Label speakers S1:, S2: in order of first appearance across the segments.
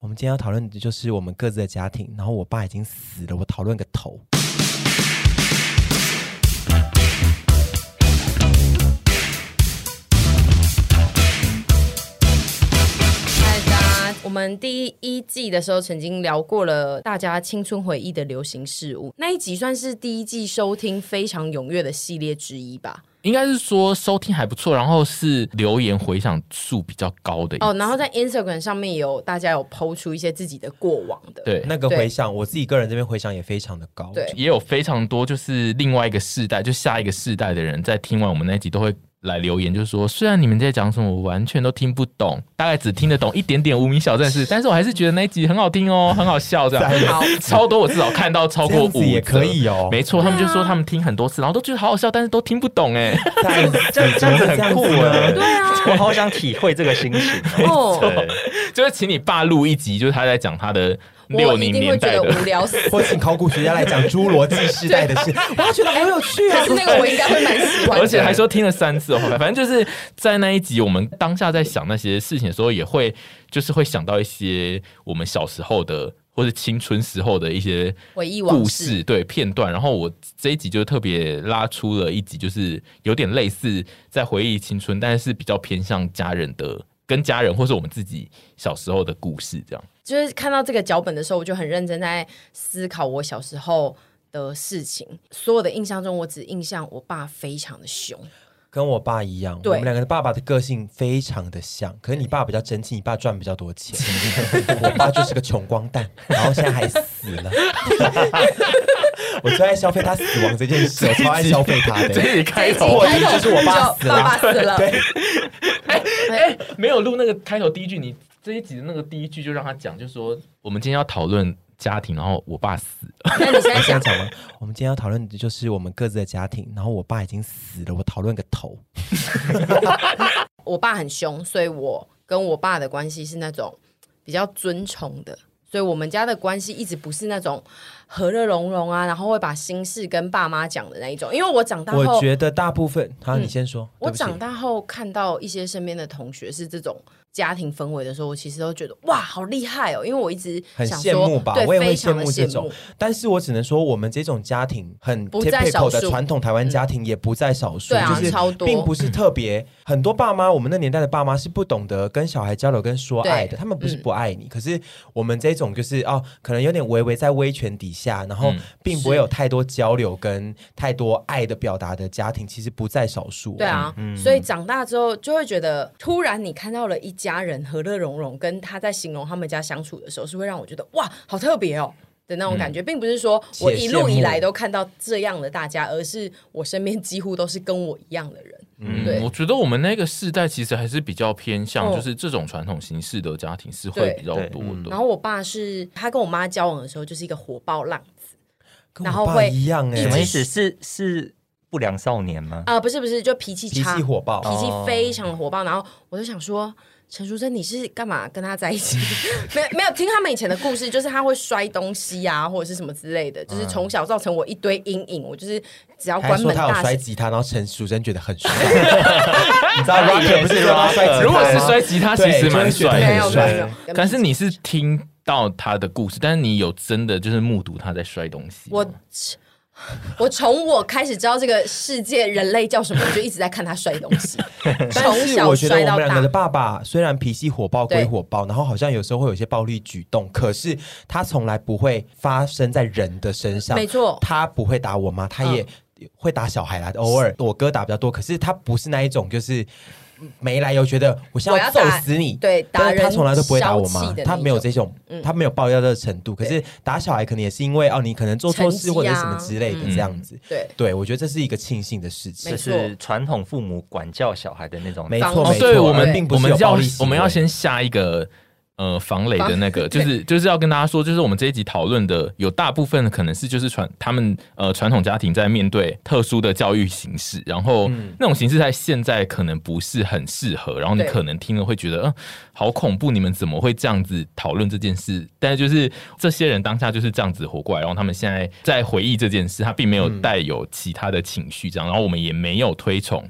S1: 我们今天要讨论的就是我们各自的家庭，然后我爸已经死了，我讨论个头。
S2: 嗨，大家！我们第一季的时候曾经聊过了大家青春回忆的流行事物，那一集算是第一季收听非常踊跃的系列之一吧。
S3: 应该是说收听还不错，然后是留言回响数比较高的一
S2: 哦，然后在 Instagram 上面有大家有抛出一些自己的过往的，
S3: 对。
S1: 那个
S2: 对
S1: 回响，我自己个人这边回响也非常的高。
S2: 对
S3: 也有非常多，就是另外一个世代，就下一个世代的人，在听完我们那集都会来留言，就是说，虽然你们在讲什么，我完全都听不懂，大概只听得懂一点点无名小战士，但是我还是觉得那一集很好听哦，很好笑，这样
S2: 好
S3: 超多，我至少看到超
S1: 这
S3: 过
S1: 样子
S3: 五
S1: 也可以
S3: 折
S1: 哦
S3: 没错，他们就
S2: 啊
S3: 说他们听很多次，然后都觉得好好笑，但是都听不懂哎。
S1: 但
S4: 这样这样子
S1: 这样
S4: 很酷
S1: 子呢
S4: 哎、
S2: 对啊，
S4: 我好想体会这个心情。
S2: 哦，
S3: 对，就是请你爸录一集，就是他在讲他的六
S2: 我
S3: 零
S2: 一定会
S3: 年
S2: 觉
S3: 代
S2: 得
S3: 的。
S2: 无 聊死。
S1: 或请考古学家来讲侏罗纪时代的
S2: 啊
S1: 事，哇，觉得好有趣啊
S2: 可！是那个我应该会蛮喜欢的，
S3: 而且还说听了三次哦，反正就是在那一集，我们当下在想那些事情的时候，也会就是会想到一些我们小时候的或者青春时候的一些
S2: 回忆往
S3: 故
S2: 事。
S3: 事，对片段。然后我这一集就特别拉出了一集，就是有点类似在回忆青春，但是比较偏向家人的，跟家人或是我们自己小时候的故事这样。
S2: 就是看到这个脚本的时候，我就很认真在思考我小时候的事情。所有的印象中，我只印象我爸非常的凶，
S1: 跟我爸一样，我
S2: 对
S1: 们两个的爸爸的个性非常的像，可是你爸比较争气，你爸赚比较多 钱，我爸就是个穷光蛋，然后现在还死了。 我最爱消费他死亡这件事，我超爱消费他
S3: 这
S1: 的。
S3: 一集开头
S1: 我就是我爸死了
S2: 爸爸死了。
S1: 对，
S2: 哎
S3: 没有录那个开头第一句，你这一集的那个第一句就让他讲，就说我们今天要讨论家庭，然后我爸死了，
S2: 那你现在
S1: 我
S2: 想
S1: 想讲吗？我们今天要讨论的就是我们各自的家庭，然后我爸已经死了，我讨论个头。
S2: 我爸很凶，所以我跟我爸的关系是那种比较尊崇的，所以我们家的关系一直不是那种和乐融融啊，然后会把心事跟爸妈讲的那一种。因为我长大
S1: 我
S2: 后，嗯
S1: 觉得大部分，好，你先说。
S2: 我
S1: 对不起
S2: 长大后看到一些身边的同学是这种家庭氛围的时候，我其实都觉得哇，好厉害哦！因为我一直
S1: 很
S2: 想
S1: 羡
S2: 说，
S1: 慕吧
S2: 对，
S1: 我也会
S2: 非
S1: 羡
S2: 常的
S1: 慕这种，但是我只能说，我们这种家庭很
S2: 不在少
S1: typical 的
S2: 数嗯
S1: 传统台湾家庭也不在少数，
S2: 对啊
S1: 就是
S2: 超多
S1: 并不是特别很多爸妈，我们那年代的爸妈是不懂得跟小孩交流跟说爱的，
S2: 对
S1: 他们不是
S2: 嗯
S1: 不爱你，可是我们这种就是哦，可能有点微微在威权底下，然后
S3: 嗯
S1: 并不会有太多交流跟太多爱的表达的家庭，其实不在少数。
S2: 对，啊，所以长大之后就会觉得，突然你看到了一家人和乐融融，跟他在形容他们家相处的时候，是会让我觉得哇，好特别哦。的那种感觉，并不是说我一路以来都看到这样的大家，而是我身边几乎都是跟我一样的人。对
S3: 嗯，我觉得我们那个世代其实还是比较偏向，
S2: 哦
S3: 就是这种传统形式的家庭是会比较多
S2: 然
S3: 的。
S2: 后我爸是他跟我妈交往的时候，就是一个火爆浪子
S1: 跟
S2: 然
S1: 我
S2: 后
S1: 爸
S2: 会
S1: 一样哎、
S2: 一
S4: 什么
S2: 直
S4: 意思？是是不良少年吗？
S2: 啊、不是不是，就脾气
S1: 脾
S2: 差，
S1: 气哦火爆。
S2: 脾气
S3: 哦
S2: 非常火爆。然后我就想说，陈淑贞，你是干嘛跟他在一起？ 没有没有听他们以前的故事，就是他会摔东西啊，或者是什么之类的，
S3: 嗯
S2: 就是从小造成我一堆阴影。我就是只要
S1: 还
S2: 关
S1: 说
S2: 门
S1: 他有
S2: 大
S1: 摔
S2: 声。
S1: 吉他，然后陈淑贞觉得很帅。
S4: 你知道 Rocket
S1: 不是说他摔
S2: 嗯
S1: 吉他吗
S3: 如果是摔吉他，其实蛮帅
S1: 对
S2: 没有
S1: 就
S3: 的，
S1: 是觉得很
S2: 没有
S1: 帅，
S3: 但是你是听到他的故事，但是你有真的就是目睹他在摔东西吗。
S2: 我我从我开始知道这个世界人类叫什么，我就一直在看他摔东 西，
S1: 但
S2: 从
S1: 是
S2: 小
S1: 我觉得
S2: 摔
S1: 我
S2: 到
S1: 们两个的
S2: 大。
S1: 爸爸虽然脾气火爆归
S2: 对
S1: 火爆，然后好像有时候会有一些暴力举动，可是他从来不会发生在人的身上。
S2: 没错嗯
S1: 他不会打我妈，他也会打小孩啦，偶尔我哥打比较多，可是他不是那一种就是。没来由觉得我现在要
S2: 我
S1: 揍
S2: 要打
S1: 死你，
S2: 对打
S1: 但是他
S2: 人
S1: 从来都不会打我
S2: 消
S1: 妈
S2: 气的，
S1: 他
S2: 那
S1: 没有
S2: 种嗯
S1: 这种，他没有暴力到这个程度。可是打小孩可能也是因为哦，你可能做错
S2: 成绩
S1: 事
S2: 啊
S1: 或者什么之类的
S3: 嗯
S1: 这样子。
S2: 对，
S1: 对，我觉得这是一个庆幸的事情
S2: 没
S4: 就。
S2: 错
S4: 是传统父母管教小孩的那种，
S1: 没
S2: 防
S1: 错，
S2: 止
S3: 哦
S1: 没，
S3: 对
S1: 错
S3: 我们
S1: 并不
S3: 我
S1: 是
S3: 们
S1: 有暴
S3: 要
S1: 力行为
S3: 我们要先下一个呃防雷的那个，就是就是要跟大家说，就是我们这一集讨论的有大部分可能是就是传他们呃传统家庭在面对特殊的教育形式，然后那种形式在现在可能不是很适合，然后你
S2: 对
S3: 可能听了会觉得嗯、呃好恐怖，你们怎么会这样子讨论这件事？但是就是这些人当下就是这样子活过来，然后他们现在在回忆这件事，他并没有带有其他的情绪，这样，然后我们也没有推崇。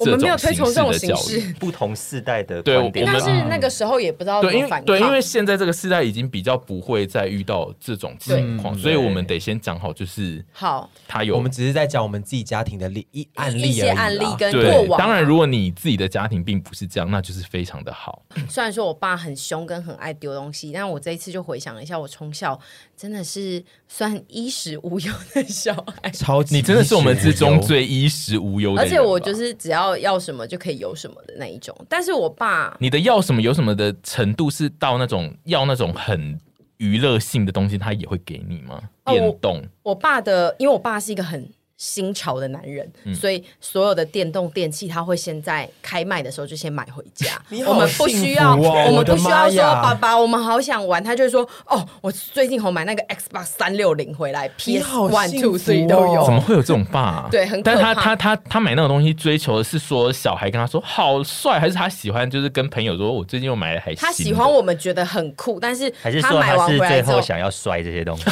S2: 我们没有推崇这种
S3: 形
S2: 形
S3: 式的教育。
S2: 式，
S4: 不同世代的
S3: 对
S4: 观点
S3: 我
S4: 吧。
S2: 但
S3: 们
S2: 是那个时候也不知道怎
S3: 对，因
S2: 么
S3: 为
S2: 反抗。
S3: 对，因为现在这个时代已经比较不会再遇到这种情况，
S1: 对
S3: 所以我们得先讲好，就是
S2: 好
S3: 他有
S1: 我们只是在讲我们自己家庭的例一案例而已
S2: 一些
S1: 啦
S2: 案例跟过
S3: 对，
S2: 往啊。
S3: 当然，如果你自己的家庭并不是这样，那就是非常的好。
S2: 虽然说我爸很凶跟很爱丢东西，但我这一次就回想了一下，我从小真的是算衣食无忧的小 孩。
S1: 超级
S3: 你真的是我们之
S1: 无
S3: 中
S1: 忧
S3: 最衣食无忧的
S2: 而
S3: 人吧，
S2: 且我就是只要要什么就可以有什么的那一种，但是我爸
S3: 你的要什么有什么的程度，是到那种要那种很娱乐性的东西，他也会给你吗？
S2: 哦
S3: 电
S2: 我
S3: 动，
S2: 我爸的，因为我爸是一个很新潮的男人，
S3: 嗯
S2: 所以所有的电动电器他会先在开卖的时候就先买回家。
S1: 你好
S2: 我们不需要，
S1: 幸福哦
S2: 我
S1: 我
S2: 们
S1: 的
S2: 不需
S1: 妈
S2: 要说
S1: 呀
S2: 爸爸，我们好想玩，他就会说哦，我最近我买那个 Xbox 三六零回来
S1: 你
S2: ，PS
S1: 好
S2: One
S1: 幸
S2: Two
S1: 福
S2: Three
S1: 哦
S2: 都有。
S3: 怎么会有这种爸、啊？
S2: 对很可
S3: 但
S2: 怕
S3: 他他他他买那种东西，追求的是说小孩跟他说好帅，还是他喜欢就是跟朋友说，我最近又买了还
S2: 他
S3: 新
S2: 喜
S3: 的
S2: 欢我们觉得很酷，但是
S4: 还是
S2: 他
S4: 说
S2: 买
S4: 他
S2: 完
S4: 是
S2: 回来
S4: 最
S2: 之后
S4: 后，想要摔这些东西？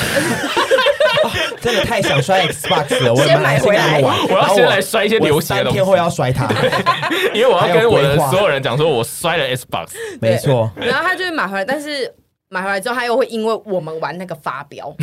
S1: 真的太想 摔 Xbox 了，我
S2: 先买回来
S1: 我
S3: 我要先来摔一些流行的
S1: 三
S3: 东西
S1: 天后要摔它，
S3: 因为我要
S1: 还
S3: 跟
S1: 有
S3: 我
S1: 规
S3: 的
S1: 划
S3: 所有人讲说，我摔了 Xbox，
S2: 对
S1: 没
S2: 啊
S1: 错。
S2: 然后他就会买回来，但是买回来之后他又会因为我们玩那个发飙，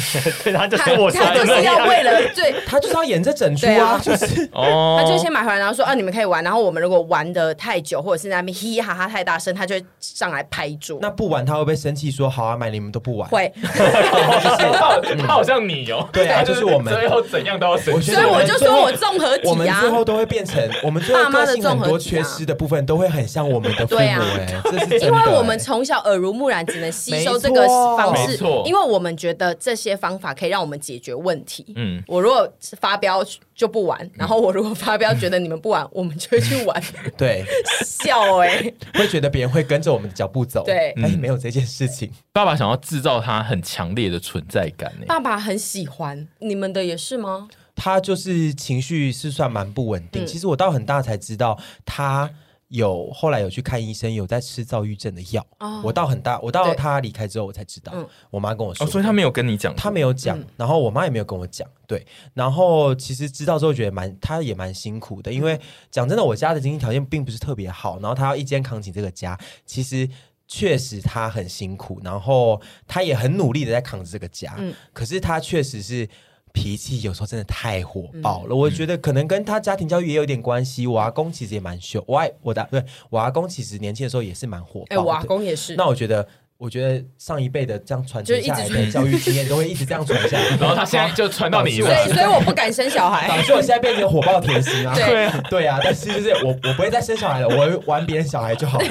S4: 对，他就
S2: 他
S4: 是我
S2: 就
S4: 摔
S2: 是
S4: 的那
S2: 要
S4: 样。
S2: 为了对
S1: 他就是要演这整出
S2: 对
S1: 啊，
S2: 啊
S1: 就是
S3: 哦，
S2: 他就先买回来，然后说啊，你们可以玩。然后我们如果玩的太久，或者是在那边嘻嘻哈哈太大声，他就会上来拍桌。
S1: 那不玩他会不会生气？说好啊，买你们都不玩。
S2: 会，
S3: 他他好像你哦，
S1: 对 啊就是我们
S3: 最后怎样都要生
S1: 我
S3: 气
S1: 觉
S2: 所以
S1: 得
S2: 我就说我综合
S1: 我
S2: 体
S1: 们
S2: 啊
S1: 最，后都会变成， 我们最后
S2: 爸妈
S1: 个
S2: 的
S1: 性很
S2: 综合
S1: 多
S2: 体
S1: 缺
S2: 啊
S1: 失的部分都会很像我们的父母
S2: 对啊
S1: 哎，这是真的
S2: 因为我们
S1: 哎
S2: 从小耳濡目染，只能吸收这
S1: 没
S2: 个
S1: 错
S2: 方
S3: 没
S2: 式
S3: 错，
S2: 因为我们觉得这些方法可以让我们解决问题。
S3: 嗯
S2: 嗯，我如果发飙就不玩，然后我如果发飙觉得你们不玩，我们就会去玩，
S1: 对
S2: 笑哎，
S1: 会觉得别人会跟着我们的脚步走，
S2: 对
S1: 但是没有这件事情。
S3: 爸爸想要制造他很强烈的存在感欸呢、
S2: 爸爸很喜欢，你们的也是吗？
S1: 他就是情绪是算蛮不稳定。
S2: 嗯
S1: 其实我到很大才知道他。有后来有去看医生，有在吃躁郁症的药。
S2: 哦
S1: 我到很大，我到
S2: 对
S1: 他离开之后，我才知道。
S2: 嗯
S1: 我妈跟我说
S3: 哦，
S1: 的，
S3: 所以他没有跟你讲，
S1: 他没有讲，然后我妈也没有跟我讲，对，然后其实知道之后觉得蛮，她也蛮辛苦的，因
S2: 嗯
S1: 为讲真的，我家的经济条件并不是特别好，然后她要一肩扛起这个家，其实。确实，她很辛苦，然后她也很努力的在扛着这个家。
S2: 嗯
S1: 可是她确实是脾气有时候真的太火爆
S2: 嗯
S1: 了。我觉得可能跟她家庭教育也有点关系。我阿公其实也蛮凶，我爱我的对，我阿公其实年轻的时候也是蛮火爆的。
S2: 哎，我阿公也是，
S1: 哦那我觉得，我觉得上一辈的这样传
S2: 就
S1: 承
S2: 是一
S1: 下
S2: 直
S1: 来的
S2: 传
S1: 教育经验，都会一直这样传下来。
S3: 然后他现在就传到你
S2: 所
S3: 了
S1: 导。
S2: 以所以我不敢生小
S1: 导
S2: 孩。
S1: 致我现在变成火爆甜心啊！
S2: 对
S1: 对啊，但是就是我我不会再生小孩了，我玩别人小孩就好了。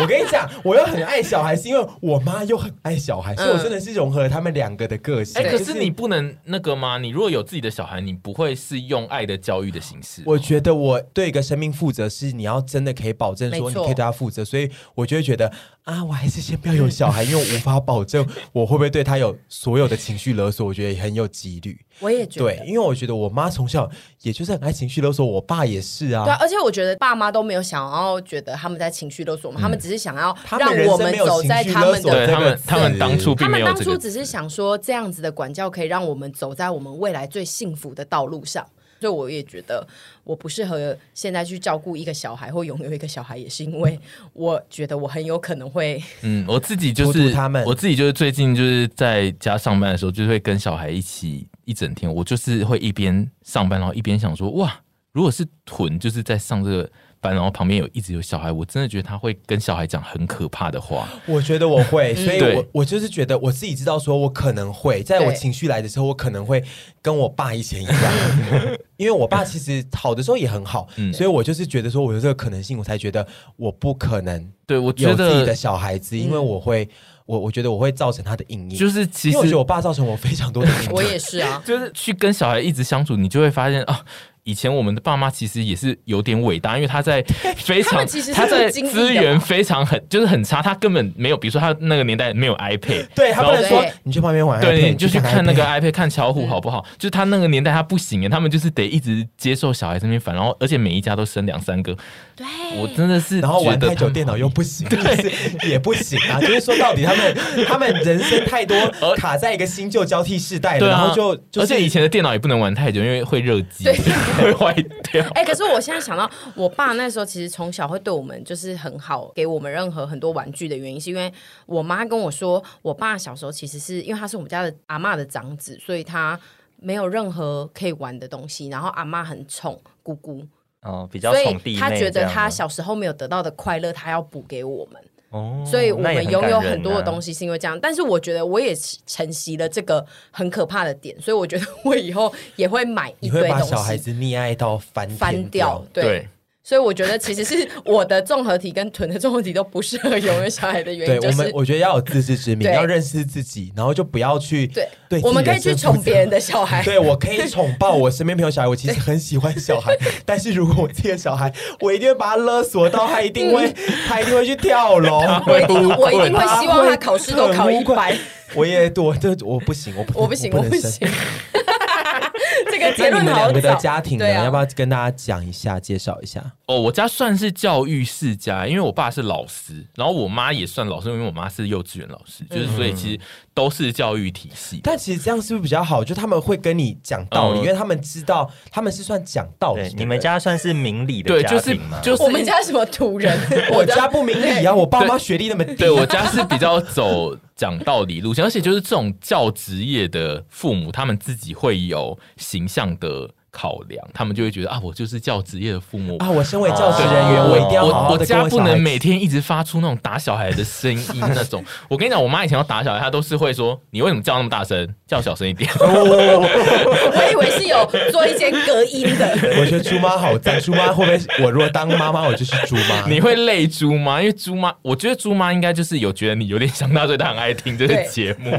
S1: 我跟你讲，我又很爱小孩，是因为我妈又很爱小孩，
S2: 嗯
S1: 所以我真的是融合了他们两个的个性。
S3: 哎、可
S1: 就是
S3: 你不能那个吗？你如果有自己的小孩，你不会是用爱的教育的形式。
S1: 我觉得我对一个生命负责，是你要真的可以保证说
S2: 没
S1: 你
S2: 错
S1: 可以对他负责，所以我就会觉得啊，我还是先不要有小孩，因为我无法保证我会不会对他有所有的情绪勒索，我觉得也很有几率。
S2: 我也觉得，
S1: 对，因为我觉得我妈从小也就是很爱情绪勒索，我爸也是
S2: 对啊，而且我觉得爸妈都没有想要觉得他们在情绪勒索我们，他们只是想要
S1: 嗯他
S2: 让
S1: 们人
S2: 我
S1: 生
S2: 们
S1: 没有
S2: 走
S1: 情
S2: 在
S1: 绪
S2: 他
S1: 勒
S2: 们
S1: 索这
S2: 的。
S3: 对他
S1: 个
S3: 们
S1: 词，
S3: 他们当初并
S2: 他
S3: 没
S2: 们
S3: 有
S2: 当
S3: 这
S2: 初
S3: 个。
S2: 只是想说，这样子的管教可以让我们走在我们未来最幸福的道路上。所以我也觉得我不适合现在去照顾一个小孩或拥有一个小孩，也是因为我觉得我很有可能 会
S3: 嗯，我自己就
S1: 荼
S3: 是
S1: 毒他们
S3: 我自己就是最近就是在家上班的时候，就会跟小孩一起一整天。我就是会一边上班，然后一边想说，哇，如果是屯就是在上这个班，然后旁边有一直有小孩，我真的觉得他会跟小孩讲很可怕的话。
S1: 我觉得我会，
S2: 嗯
S1: 所以我
S3: 对
S1: 我就是觉得我自己知道，说我可能会在我
S2: 对
S1: 情绪来的时候，我可能会跟我爸以前一样， 因为我爸其实好的时候也很好，
S3: 嗯
S1: 所以我就是觉得说我有这个可能性，我才觉得我不可能
S3: 对，我觉
S1: 有自己的
S3: 得
S1: 小孩子，
S2: 嗯
S1: 因为我会，我我觉得我会造成他的阴影，
S3: 就是其
S1: 因为我觉
S3: 实
S1: 得我爸造成我非常多的阴影，
S2: 我也是啊，
S3: 就是去跟小孩一直相处，你就会发现啊。以前我们的爸妈其实也是有点伟大，因为 他在非
S2: 他
S3: 常
S2: 们其实是
S3: 他在
S2: 不经意的
S3: 资
S2: 吧
S3: 源非常很就是很差，他根本没有，比如说他那个年代没有 iPad，
S1: 对他不能
S3: 然后
S1: 说
S2: 对
S1: 你去旁边玩 iPad，
S3: 对，你
S1: 你
S3: 就去看那
S1: iPad
S3: 个 iPad 看巧虎好不好？就是他那个年代他不行耶，欸他们就是得一直接受小孩这边烦，然后而且每一家都生两三个，
S2: 对，
S3: 我真的是
S1: 然后玩
S3: 觉得
S1: 太久电脑又不行，就是也不行啊。就是说到底，他们他们人生太多
S3: 而
S1: 卡在一个新旧交替世代
S3: 对
S1: 了，
S3: 啊，
S1: 然后就就
S3: 而且
S1: 是
S3: 以前的电脑也不能玩太久，因为会热机。
S2: 对
S3: 会坏掉。
S2: 哎、可是我现在想到，我爸那时候其实从小会对我们就是很好，给我们任何很多玩具的原因，是因为我妈跟我说，我爸小时候其实是因为他是我们家的阿嬷的长子，所以他没有任何可以玩的东西，然后阿嬷很宠姑姑，
S4: 哦，比较
S2: 所
S4: 宠弟
S2: 以
S4: 妹
S2: 他觉
S4: 这
S2: 得
S4: 样吗
S2: 他小时候没有得到的快乐，他要补给我们。
S4: 哦，
S2: 所以我
S4: 那也
S2: 们拥
S4: 感
S2: 有
S4: 人
S2: 很多的
S4: 啊
S2: 东西是因为这样，但是我觉得我也承袭了这个很可怕的点，所以我觉得我以后也会买一
S1: 你会
S2: 堆
S1: 把
S2: 东
S1: 小孩
S2: 西
S1: 子溺爱到翻
S2: 翻
S1: 天
S2: 掉，对。
S3: 对，
S2: 所以我觉得其实是我的综合体跟臀的综合体都不适合拥有小孩的原
S1: 对
S2: 因，就
S1: 我们
S2: 是，
S1: 我觉得要有自知之明，
S2: 对
S1: 要认识自己，然后就不要去
S2: 对
S1: 对，
S2: 我们可以去宠别人
S1: 的。
S2: 的小孩。
S1: 对，我可以宠爆我身边朋友小孩，我其实很喜欢小 孩，但是如果我自己的小孩，我一定会把他勒索到他一定会，他一定会去跳楼，
S2: 我一定嗯我一定会希望他
S1: 会
S2: 考试都考
S1: 很
S2: 一
S1: 崩溃
S2: 百，
S1: 我也我这我不行，我不
S2: 我不行，
S1: 我
S2: 我
S1: 能
S2: 不
S1: 生
S2: 行。这个
S1: 那
S2: 结
S1: 你
S2: 论
S1: 们
S2: 好
S1: 两个的
S2: 早。
S1: 家庭呢？
S2: 对啊
S1: 要不要跟大家讲一下，介绍一下？
S3: 哦，我家算是教育世家，因为我爸是老师，然后我妈也算老师，因为我妈是幼稚园老师，就是所以其实都是教育体系。
S1: 嗯但其实这样是不是比较好？就他们会跟你讲道理，
S3: 嗯
S1: 因为他们知道他们是算讲道理
S4: 对
S1: 的。
S4: 你们家哦算是明理的
S3: 对，
S4: 家
S3: 就是
S4: 庭吗？
S3: 就是
S2: 我们家什么土人？
S1: 我
S2: 的
S1: 家不明理啊，我爸妈学历那么低，
S3: 对我家是比较走讲道理路线， 而且就是这种教职业的父母，他们自己会有形象的考量，他们就会觉得啊，我就是教职业的父母。
S1: 啊，我身为教职人
S4: 哦
S1: 员，我一定要好
S3: 我
S1: 好
S3: 我
S1: 的
S3: 家
S1: 跟
S3: 不
S1: 小孩
S3: 能每天一直发出那种打小孩的声音那种。 我跟你讲，我妈以前要打小孩，她都是会说：“你为什么叫那么大声？叫小声 一点。”
S2: 我以为是有做一些隔音 的。
S1: 我觉得猪妈好赞，猪妈会不会？我如果当妈妈，我就是猪妈。
S3: 你会累猪吗？因为猪妈，我觉得猪妈应该就是有觉得你有点想她，所以她很爱听这个
S2: 对
S3: 节目。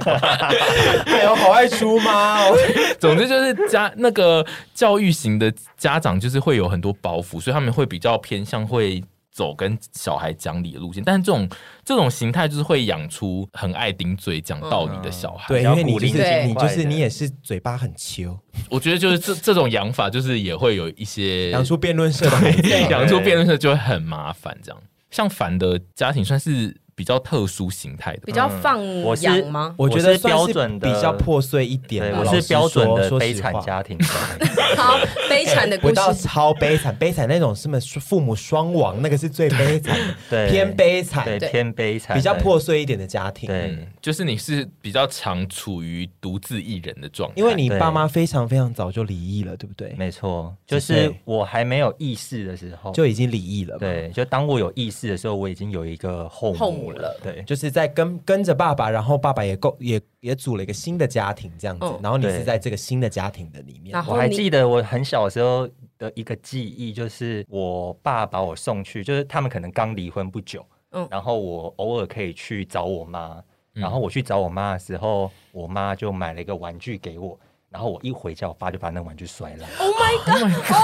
S1: 哎呦，好爱猪妈哦！
S3: 总之就是家那个教育型的家长，就是会有很多包袱，所以他们会比较偏向会走跟小孩讲理的路线。但是这种这种形态，就是会养出很爱顶嘴、讲道理的小孩。
S1: 对，啊因为你就
S4: 比
S1: 是
S4: 较古灵
S2: 精
S1: 你就是
S4: 怪的
S1: 你也是嘴巴很秋，
S3: 我觉得就是这这种养法，就是也会有一些
S1: 养出辩论社的孩子。
S3: 养出辩论社就会很麻烦。这样，像凡的家庭算是比较特殊形态的吧
S2: 比。较放
S4: 我是
S2: 养吗？
S1: 我觉得
S4: 我是标
S1: 算是
S4: 准的
S1: 比较破碎一
S4: 对
S1: 点啦。
S4: 我
S1: 老
S4: 是
S1: 实
S4: 标准
S1: 说
S4: 的
S1: 说
S4: 悲
S1: 实
S4: 惨
S1: 话
S4: 家庭状态，
S2: 好悲惨的
S1: 不
S2: 故
S1: 到
S2: 事，
S1: 超悲惨，悲惨那种什么父母双亡，那个是最悲惨的，
S4: 对
S1: 偏悲惨，
S4: 对偏悲惨，
S1: 比较
S4: 对，
S1: 破碎一点的家庭。
S4: 对
S3: 嗯，就是你是比较常处于独自一人的状态，
S1: 因为你
S4: 对
S1: 爸妈非常非常早就离异了，对不对？
S4: 没错，就
S1: 几岁
S4: 是我还没有意识的时候，
S1: 就已经离异了嘛。，
S4: 对，就当我有意识的时候，我已经有一个后
S2: 后
S4: 母
S2: 母了
S4: 对，
S1: 就是在跟跟着爸爸，然后爸爸也够也也组了一个新的家庭这样子，
S2: 嗯
S1: 然后你是
S4: 对
S1: 在这个新的家庭的里面
S2: 然。后
S4: 我还
S2: 你
S4: 记得我很小的时候的一个记忆，就是我爸把我送去，就是他们可能刚离婚不久，
S2: 嗯
S4: 然后我偶尔可以去找我妈，
S3: 嗯
S4: 然后我去找我妈的时候，我妈就买了一个玩具给我，然后我一回家，我爸就把那个玩具摔烂。
S2: Oh my god！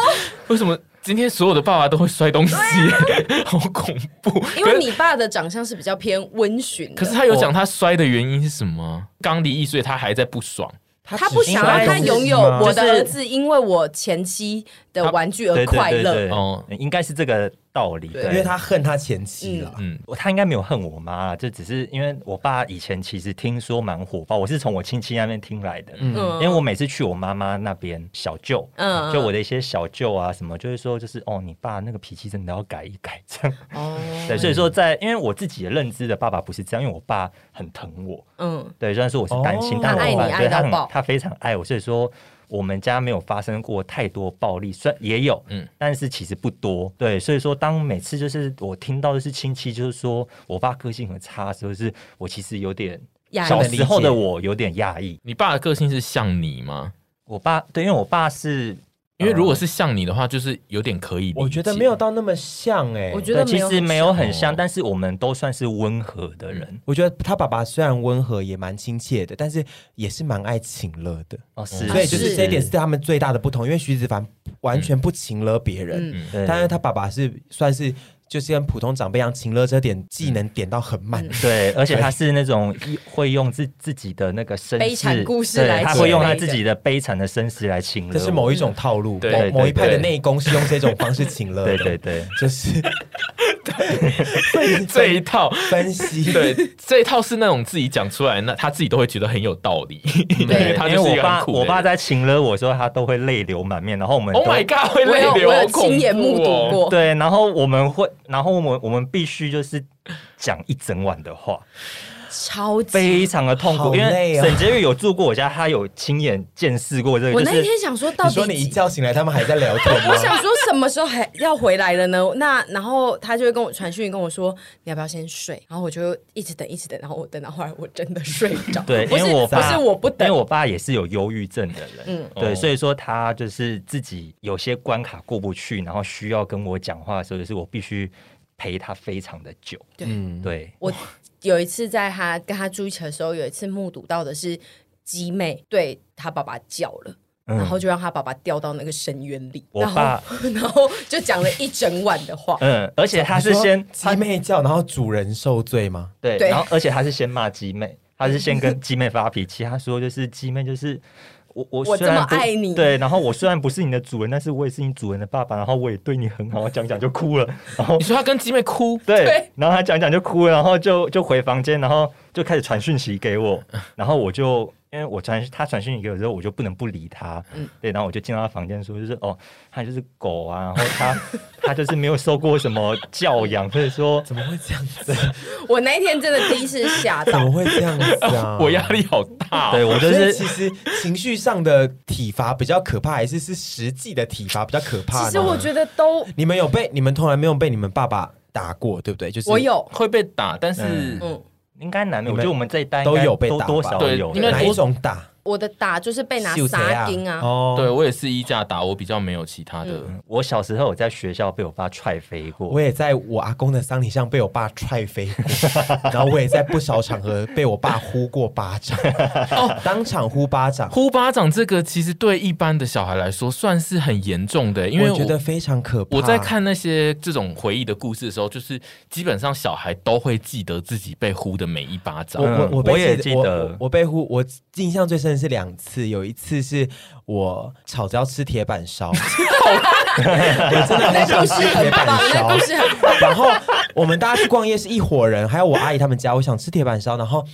S3: 为什么今天所有的爸爸都会摔东西？ 好恐怖！
S2: 啊因为你爸的长相是比较偏温驯的，
S3: 可是，可是他有讲他摔的原因是什
S2: 哦
S3: 么？刚离异，所以他还在不爽。
S2: 他不想让他拥有
S1: 我
S2: 我的儿子，因为我前妻的玩具而
S4: 对
S2: 呃快
S4: 对对
S2: 乐。
S4: 对，
S3: 哦
S4: 哦，应该是这个道理。
S2: 对
S4: 对
S1: 因为他恨他前妻了。
S3: 嗯，
S4: 我他应该没有恨我妈啦，就只是因为我爸以前其实听说蛮火爆，我是从我亲戚那边听来的。
S1: 嗯
S4: 因为我每次去我妈妈那边小舅，
S2: 嗯
S4: 就我的一些小舅啊什么，就是说就是哦，你爸那个脾气真的要改一改这样。
S2: 哦，
S4: 对，所以说在因为我自己的认知的爸爸不是这样，因为我爸很疼我，
S2: 嗯，
S4: 对，虽然说我是单亲，
S1: 哦
S4: 但
S2: 他爱
S4: 我爸
S2: 你爱
S4: 对
S2: 到
S4: 他很
S2: 爆
S4: 他非常爱我，所以说我们家没有发生过太多暴力，虽然也有，
S3: 嗯
S4: 嗯，但是其实不多。对，所以说当每次就是我听到的是亲戚就是说我爸个性很差的时候，就是我其实有点
S2: 压
S4: 小
S1: 能
S2: 力
S1: 理
S4: 时候
S1: 解
S4: 的我有点压抑。
S3: 你爸的个性是像你吗？
S4: 我爸对，因为我爸是
S3: 因为如果是像你的话，就是有点可以理解。
S1: 我觉得没有到那么像哎、
S2: 我觉
S4: 呃对，
S2: 得
S4: 其实没有很像，
S3: 哦
S4: 但是我们都算是温和的人。
S1: 我觉得他爸爸虽然温和，也蛮亲切的，但是也是蛮爱情勒的。
S4: 哦，是，
S1: 所以就是
S2: 啊是
S1: 这一点是他们最大的不同，因为徐子凡完全不情勒别人，
S2: 嗯
S4: 对
S1: 但是他爸爸是算是就是跟普通长辈一样，情勒这点技能点到很慢。
S2: 嗯
S4: 对，而且他是那种一会用自自己的那个身世
S2: 悲惨故事
S4: 对
S2: 来
S4: 他
S2: 做
S4: 会用他
S2: 那个
S4: 自己的悲惨的身世来请
S1: 这
S4: 了
S1: 是某一种套路，
S3: 对
S1: 某
S4: 对
S1: 某一派的
S4: 对
S1: 内功是用这种方式请勒的。
S4: 对对对，
S1: 就是
S3: 这一套。
S1: 分析，
S3: 对，这一套是那种自己讲出来，那他自己都会觉得很有道理。
S2: 对
S3: 他
S4: 因为
S3: 就是一
S4: 我
S3: 个很
S4: 爸，
S3: 苦的
S4: 我爸
S3: 人
S4: 在请了我说他都会泪流满面，然后我们都
S3: Oh my god，会
S2: 我
S3: 泪
S2: 有
S3: 流，
S2: 我
S3: 好
S2: 有
S3: 恐怖
S2: 亲眼目睹
S3: 哦。
S2: 过，
S4: 对，然后我们会，然后我们我们必须就是讲一整晚的话，
S2: 超级。
S4: 非常的痛苦，
S1: 好
S4: 因为
S1: 累哦
S4: 沈婕妤有住过我家，她有亲眼见识过这个，
S2: 啊我
S4: 就
S2: 那一天
S4: 是
S2: 想说，到
S1: 你
S2: 底
S1: 说你一觉醒来，他们还在聊天
S2: 我想
S1: 吗？
S2: 说什么时候还要回来了呢？ 那然后他就会跟我传讯跟我说你要不要先睡，然后我就一直等一直等，然后我等到后来我真的睡着。
S4: 对，
S2: 不
S4: 因
S2: 是
S4: 为我
S2: 不
S4: 爸
S2: 是我不
S4: 因为
S2: 等，
S4: 我爸也是有忧郁症的人，
S2: 嗯
S4: 对，
S3: 哦
S4: 所以说他就是自己有些关卡过不去，然后需要跟我讲话的时候，就是我必须陪他非常的久，
S2: 对
S1: 嗯，
S4: 对，
S2: 我有一次在他跟他住一起的时候，有一次目睹到的是鸡妹对他爸爸叫了。
S4: 嗯
S2: 然后就让他爸爸掉到那个深渊里，
S4: 我
S2: 然后
S4: 爸
S2: 然后就讲了一整晚的 话，
S4: 嗯，而且他是先
S1: 你说鸡妹叫，然后主人受罪吗？
S4: 对，
S2: 对
S4: 然后而且他是先骂鸡妹，他是先跟鸡妹发脾气，他说就是鸡妹就是。我我
S2: 我
S4: 虽然
S2: 这么
S4: 不
S2: 爱你
S4: 对，然后我虽然不是你的主人，但是我也是你主人的爸爸，然后我也对你很好，讲讲就哭了，然后
S3: 你说他跟鸡妹哭，
S4: 对，
S2: 对
S4: 然后他讲讲就哭了，然后就就回房间，然后就开始传讯息给我，然后我就因为我传他传讯息给我之后，我就不能不理他，对，然后我就进到他房间说，就是哦，他就是狗啊，然后他 他就是没有受过什么教养，所 以说
S1: 怎么会这样子？
S2: 我那一天真的第一次吓
S1: 怎
S2: 到，
S1: 么会这样子 啊？
S3: 我压力好大哦。
S4: 对我
S1: 所
S4: 就
S1: 以
S4: 是
S1: 其实情绪上的体罚比较可怕，还是是实际的体罚比较可怕呢？
S2: 其实我觉得都
S1: 你们有被你们从来没有被你们爸爸打过，对不对？就是
S2: 我有，
S3: 会被打，但是
S2: 嗯，
S4: 应该难免，
S1: 你们
S4: 我觉得我们这一代
S1: 都有被
S4: 应该
S1: 打吧
S4: 多多少
S3: 对
S4: 有的，
S3: 应该
S1: 哪一种打？
S2: 我的打就是被拿
S1: 秀才
S2: 纱巾啊，
S1: 哦，嗯
S3: 对我也是衣架打，我比较没有其他的。
S4: 我小时候有在学校被我爸踹飞
S1: 我
S4: 过，
S1: 也在我阿公的丧礼上被我爸踹飞过，然后我也在不少场合被我爸呼过巴 掌，
S3: 哦
S1: 当场呼巴掌，
S3: 呼巴掌这个其实对一般的小孩来说算是很严重的，因为
S1: 我觉得非常可怕。
S3: 我在看那些这种回忆的故事的时候，就是基本上小孩都会记得自己被呼的每一巴掌
S1: 我。我
S4: 嗯
S1: 我被
S4: 我也
S1: 记
S4: 记
S1: 我
S4: 得
S1: 我我被呼，我印象最深的是两次，有一次是我吵着要吃铁板烧， 我真的很想吃铁板烧
S2: 那故事很。
S1: 然后我们大家去逛夜市，一伙人，还有我阿姨他们家，我想吃铁板烧，然后。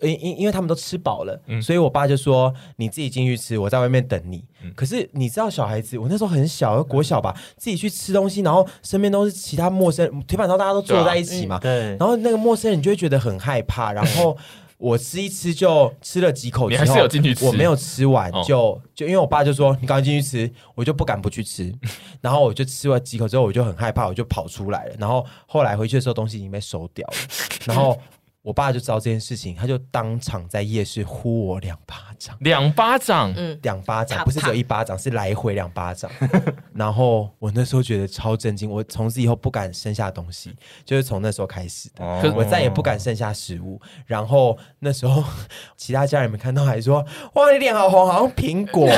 S1: 因因因为他们都吃饱了，
S4: 嗯
S1: 所以我爸就说你自己进去吃，我在外面等你。
S4: 嗯
S1: 可是你知道小孩子，我那时候很小，国小吧，自己去吃东西，然后身边都是其他陌生，铁板烧大家都坐在一起嘛，
S4: 对啊
S1: 然后那个陌生人就会觉得很害怕，然 后我吃一吃就吃了几口之
S3: 你
S1: 后，
S3: 还是有进去吃
S1: 我没有吃完
S3: 哦
S1: 就、就因为我爸就说你赶快进去吃，我就不敢不去 吃，然后我就吃完几口之后我就很害怕，我就跑出来了，然后后来回去的时候东西已经被收掉 了，然后我爸就知道这件事情，他就当场在夜市呼我两巴掌。
S3: 两巴掌，
S2: 嗯
S1: 两巴掌
S2: 啪
S1: 不是只有一巴掌，是来回两巴掌。 然后我那时候觉得超震惊，我从此以后不敢剩下东西，就是从那时候开始的。
S4: 哦
S1: 我再也不敢剩下食物。然后那时候其他家人们看到还说：“哇，你脸好红，好像苹 果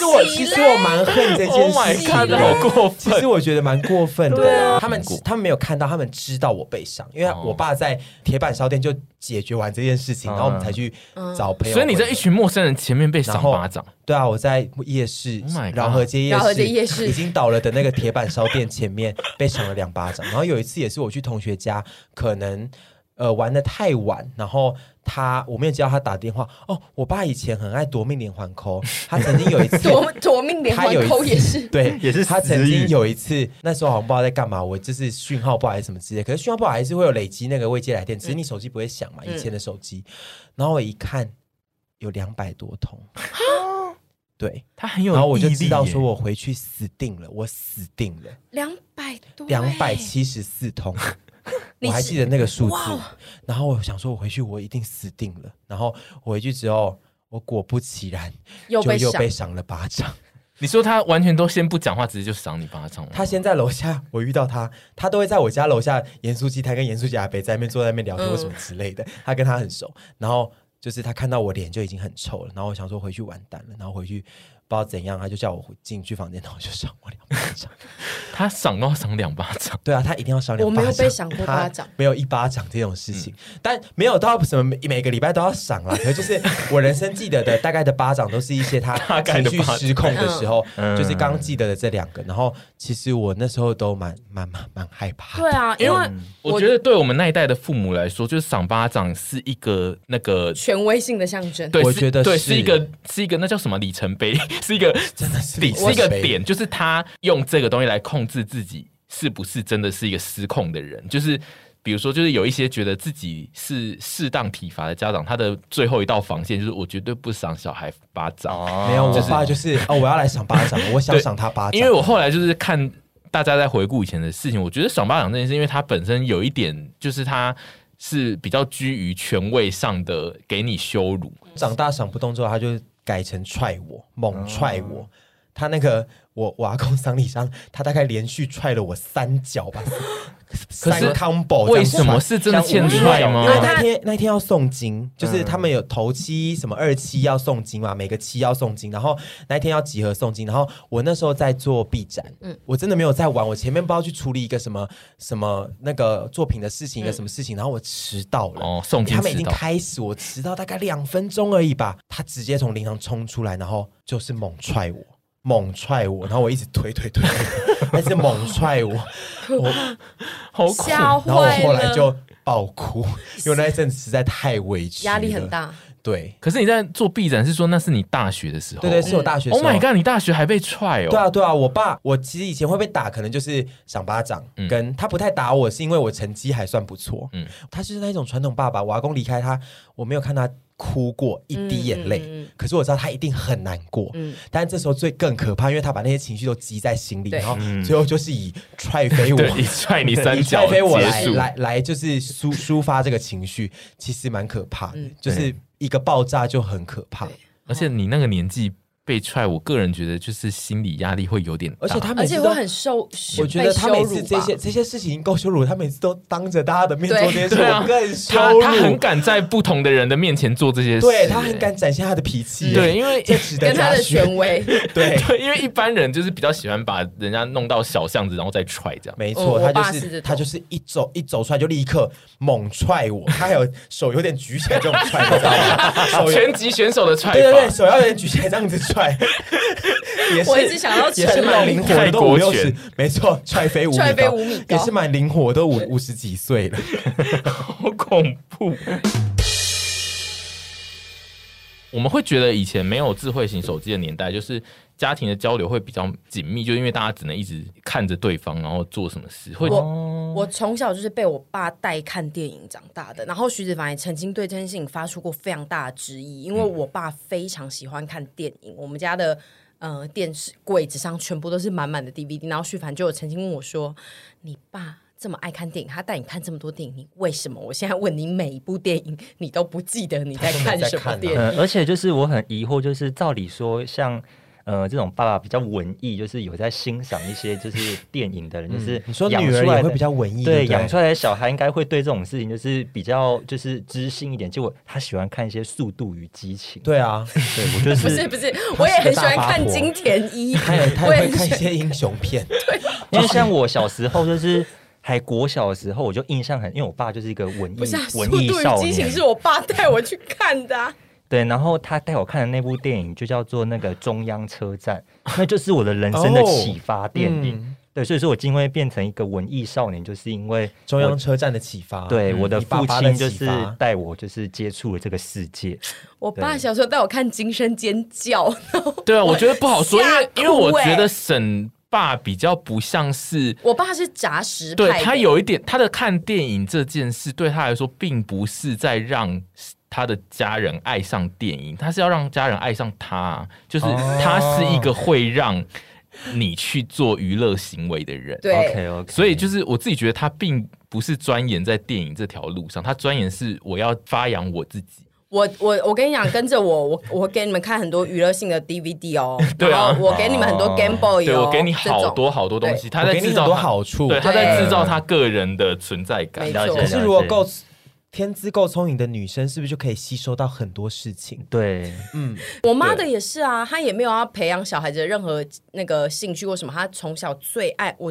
S1: 哦、其实我其实我蛮恨这
S3: Oh
S1: 件
S3: my
S1: 事情
S3: god，
S1: 的。
S3: 好过
S1: 其
S3: 分
S1: 实！我觉得蛮过分的。
S2: 对啊
S1: 他们他们没有看到，他们知道我被伤，因为
S3: 哦
S1: 我爸在铁板烧店就解决完这件事情，然后我们才去
S2: 嗯
S1: 找朋友。
S3: 所以你在一群陌生人前面被赏
S1: 然后
S3: 巴掌，
S1: 对啊，我在夜市
S3: Oh my，god
S1: 饶河街夜市，
S2: 饶河街夜市
S1: 已经倒了的那个铁板烧店前面被赏了两巴掌。然后有一次也是我去同学家，可能呃玩的太晚，然后他我没有接到他打电话。哦，我爸以前很爱夺命连环扣，他曾经有一次
S2: 夺夺命连
S1: 他
S2: 环
S1: 有一
S2: 扣
S1: 次
S2: 也 是
S1: 对，
S4: 也是
S1: 他
S4: 死
S1: 曾经
S4: 语
S1: 有一次，那时候好像不知道在干嘛，我就是讯号不好还是什么之类，可是讯号不好还是会有累积那个未接来电，只是你手机不会响嘛，
S2: 嗯
S1: 以前的手机。然后我一看有两百多通，
S2: 啊
S1: 对，
S3: 他很有毅力耶。
S1: 然后我就知道说我回去死定了，我死定了，
S2: 两百多，欸
S1: 两百，七十四通。
S2: 你
S1: 我
S2: 是
S1: 还记得那个数字
S2: 哇哦，
S1: 然后我想说，我回去我一定死定了。然后我回去之后，我果不其然
S2: 又
S1: 就
S2: 被
S1: 又
S2: 赏
S1: 被赏了巴掌。
S3: 你说他完全都先不讲话，直接就赏你巴掌了。
S1: 他先在楼下，我遇到他，他都会在我家楼下盐酥鸡摊跟盐酥鸡阿伯在那边坐在那边聊天
S2: 嗯
S1: 或什么之类的。他跟他很熟，然后就是他看到我脸就已经很臭了，然后我想说回去完蛋了，然后回去不知道怎样，他就叫我进去房间，然后就赏我两巴掌。
S3: 他赏都要赏两巴掌，
S1: 对啊，他一定要赏两
S2: 我
S1: 巴掌。
S2: 没有被赏过巴
S1: 他
S2: 掌
S1: 没有一巴掌这种事情，但没有到什么每每个礼拜都要赏啦。可是就是我人生记得的大概的巴掌，都是一些他
S3: 大概的
S1: 情
S3: 巴
S1: 绪
S3: 掌
S1: 失控的时候，
S4: 嗯
S1: 就是刚记得的这两个。然后其实我那时候都蛮蛮蛮蛮害怕。
S2: 对啊，因
S1: 嗯
S2: 为
S3: 我觉得对我们那一代的父母来说，就是赏巴掌是一个那个。
S2: 权威性的象征。
S3: 对，
S1: 我
S3: 是
S1: 觉得
S3: 对
S1: 是
S3: 是一个是一个那叫什么里程碑， 是一个
S1: 真的是
S3: 点，
S1: 里程
S3: 是一个
S1: 碑
S3: 点，就是他用这个东西来控制自己是不是真的是一个失控的人，就是。比如说，就是有一些觉得自己是适当体罚的家长，他的最后一道防线就是我绝对不赏小孩巴掌，
S4: 哦
S1: 没有，我爸就是哦，我要来赏巴掌，我想
S3: 对
S1: 赏他巴掌。
S3: 因为我后来就是看大家在回顾以前的事情，我觉得爽巴掌这件事，因为它本身有一点就是它是比较居于权位上的给你羞辱，
S1: 长大赏不动之后，他就改成踹我，猛
S3: 哦
S1: 踹我。他那个我我阿公丧礼上，他大概连续踹了我三脚 吧，
S3: 可
S1: 三
S3: 是
S1: combo 哦这样
S3: 为什么哦
S1: 踹？
S3: 是真的欠
S4: 像
S3: 踹吗
S1: 因？为
S2: 他
S1: 那天那天要诵经，
S3: 嗯
S1: 就是他们有头七什么二七要诵经嘛，每个七要诵经，然后那一天要集合诵经，然后我那时候在做 B 展，我真的没有在玩，我前面不知道去处理一个什么什么那个作品的事情，一个什么事情，然后我迟到了，
S3: 哦，送金
S1: 他们已
S3: 指
S1: 经
S3: 导，
S1: 开始，我迟到大概两分钟而已吧。他直接从灵堂冲出来，然后就是猛踹我，猛踹我，然后我一直推推推， 推但是猛踹我，我
S3: 好苦。
S2: 吓
S1: 然后我
S2: 坏
S1: 后来
S2: 了，
S1: 就爆哭，因为那一阵子实在太委屈，
S2: 压力很。大。
S1: 对，
S3: 可是你在做 B 展是说那是你大学的时候，
S1: 对对，是我大学时候。
S3: ，Oh my god，你大学还被踹哦，
S1: 对啊，对啊，我爸，我其实以前会被打，可能就是赏巴掌，
S3: 嗯
S1: 跟他不太打我，是因为我成绩还算不错。
S3: 嗯
S1: 嗯，他是那种传统爸爸，我阿公离开他，我没有看他哭过一滴眼泪，
S2: 嗯嗯嗯
S1: 可是我知道他一定很难过。
S2: 嗯，
S1: 但这时候最更可怕，因为他把那些情绪都积在心里，
S2: 对
S1: 然后最后就是以踹飞我。
S3: 嗯 对，你踹你三
S1: 以
S3: 脚
S1: 踹飞我来
S3: 结束，
S1: 来来，就是抒抒发这个情绪，其实蛮可怕的，
S2: 嗯
S1: 就是一个爆炸就很可怕。
S2: 对
S3: 而且你那个年纪被踹，我个人觉得就是心理压力会有点大，
S1: 而且他
S2: 而
S1: 每次
S2: 且
S1: 都
S2: 会很受，
S1: 我觉得他
S2: 被
S1: 每
S2: 羞
S1: 次
S2: 辱
S1: 这
S2: 吧
S1: 些这些事情已经够羞辱了，他每次都当着大家的面做这些
S2: 对
S1: 事，
S3: 对啊
S1: 我更羞
S3: 他
S1: 辱。
S3: 他很敢在不同的人的面前做这些事，
S1: 对他很敢展现他的脾气，
S3: 对，，因为
S1: 这值 得
S2: 跟他
S1: 嘉
S2: 的
S1: 许
S2: 权威，
S1: 对，
S3: 对，因为一般人就是比较喜欢把人家弄到小巷子，然后再踹这样。
S1: 没
S2: 嗯
S1: 错，
S2: 我
S1: 他
S2: 爸
S1: 就是
S2: 这
S1: 是
S2: 种
S1: 他就是一走一走出来就立刻猛踹我，他还有手有点举起来这种踹，你知道 吗？手有
S3: 拳击选手的踹法，
S1: 对对对，手要有点举起来这样子 踹，也是
S2: 我一直想到
S1: 也是
S2: 成
S1: 蛮
S2: 龙
S1: 灵活的，都五六
S3: 泰
S1: 十
S3: 国，
S1: 没错，踹飞五米
S2: 踹飞
S1: 高
S2: 五米高
S1: 也是蛮灵活，都五五十几岁了。
S3: 好恐怖。我们会觉得以前没有智慧型手机的年代，就是家庭的交流会比较紧密，就因为大家只能一直看着对方，然后做什么事，会
S1: 哦
S2: 我我从小就是被我爸带看电影长大的，然后徐子凡也曾经对这件事情发出过非常大的质疑，因为我爸非常喜欢看电影，我们家的。呃，电视柜子上全部都是满满的 DVD，然后徐凡就有曾经问我说：“你爸这么爱看电影，他带你看这么多电影，你为什么？我现在问你每一部电影，你都不记得你在看什么电影？
S4: 嗯，而且就是我很疑惑，就是照理说像。呃，这种爸爸比较文艺，就是有在欣赏一些就是电影的人，就是
S1: 嗯你说
S4: 养
S1: 女
S4: 出
S1: 儿
S4: 来
S1: 也会
S4: 的
S1: 比较文艺，
S4: 对
S1: 对不对，
S4: 养出来的小孩应该会对这种事情就是比较就是知性一点。结果他喜欢看一些《速度与激情》
S1: 对啊，
S4: 对，我就
S2: 不
S4: 是
S2: 是不是，我也很喜欢看金田一，
S1: 他也他
S2: 我
S1: 也
S2: 也
S1: 会看
S2: 很喜
S1: 一
S2: 欢。
S1: 些英雄片，
S4: 因为像我小时候就是还国小的时候，我就印象很，因为我爸就是一个文艺
S2: 不是啊，《速
S4: 文
S2: 度
S4: 艺
S2: 与
S4: 少
S2: 激情》
S4: 年
S2: 是，我爸带我去看的、啊。
S4: 对，然后他带我看的那部电影就叫做那个中央车站，那就是我的人生的启发电影。
S1: 哦嗯
S4: 对，所以说我今天会变成一个文艺少年，就是因为
S1: 中央
S4: 我
S1: 车站的启发，嗯
S4: 对我的
S1: 你爸
S4: 父
S1: 爸的
S4: 亲
S1: 启
S4: 就是
S1: 发
S4: 带我就是接触了这个世界。
S2: 我爸
S4: 对
S2: 小时候带我看《惊声尖叫》，
S3: 对啊，我觉得不好说，因
S2: 吓
S3: 为
S2: 哭
S3: 因为我觉
S2: 欸
S3: 得沈爸比较不像是
S2: 我爸是杂食派
S3: 对
S2: 的，
S3: 他有一点，他的看电影这件事对他来说，并不是在让他的家人爱上电影，他是要让家人爱上他，就是
S4: 哦
S3: 他是一个会让你去做娱乐行为的人。
S2: 对
S4: OK OK，
S3: 所以就是我自己觉得他并不是钻研在电影这条路上，他钻研是我要发扬我自己。
S2: 我我我跟你讲，跟着我，我我给你们看很多娱乐性的 DVD 哦，
S3: 对啊
S2: 然后我给你们很多
S4: 哦
S2: Game Boy
S3: 对
S2: 哦，
S3: 我给你好
S2: 这种，
S3: 多好多东西，他在
S1: 我给你
S3: 制
S1: 很
S3: 造
S1: 多
S3: 他
S1: 好处
S3: 对，他在
S2: 对
S3: 制造他个人的存在感
S2: 没。
S4: 了解
S2: 错
S1: 可是如果够天资够聪颖的女生，是不是就可以吸收到很多事情？
S4: 对，
S2: 我妈的也是啊，她也没有要培养小孩子的任何那个兴趣或什么，她从小最爱我。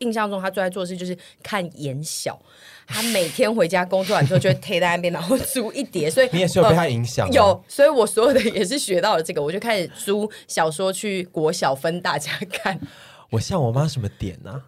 S2: 印象中，她最爱做的事就是看眼小。她每天回家工作完之后，就会 贴在那边，然后租一叠。所以
S1: 你也是有被
S2: 呃
S1: 她影响、
S2: 有，，所以我所有的也是学到了这个，我就开始租小说去国小分大家 看。
S1: 我像我妈什么点呢、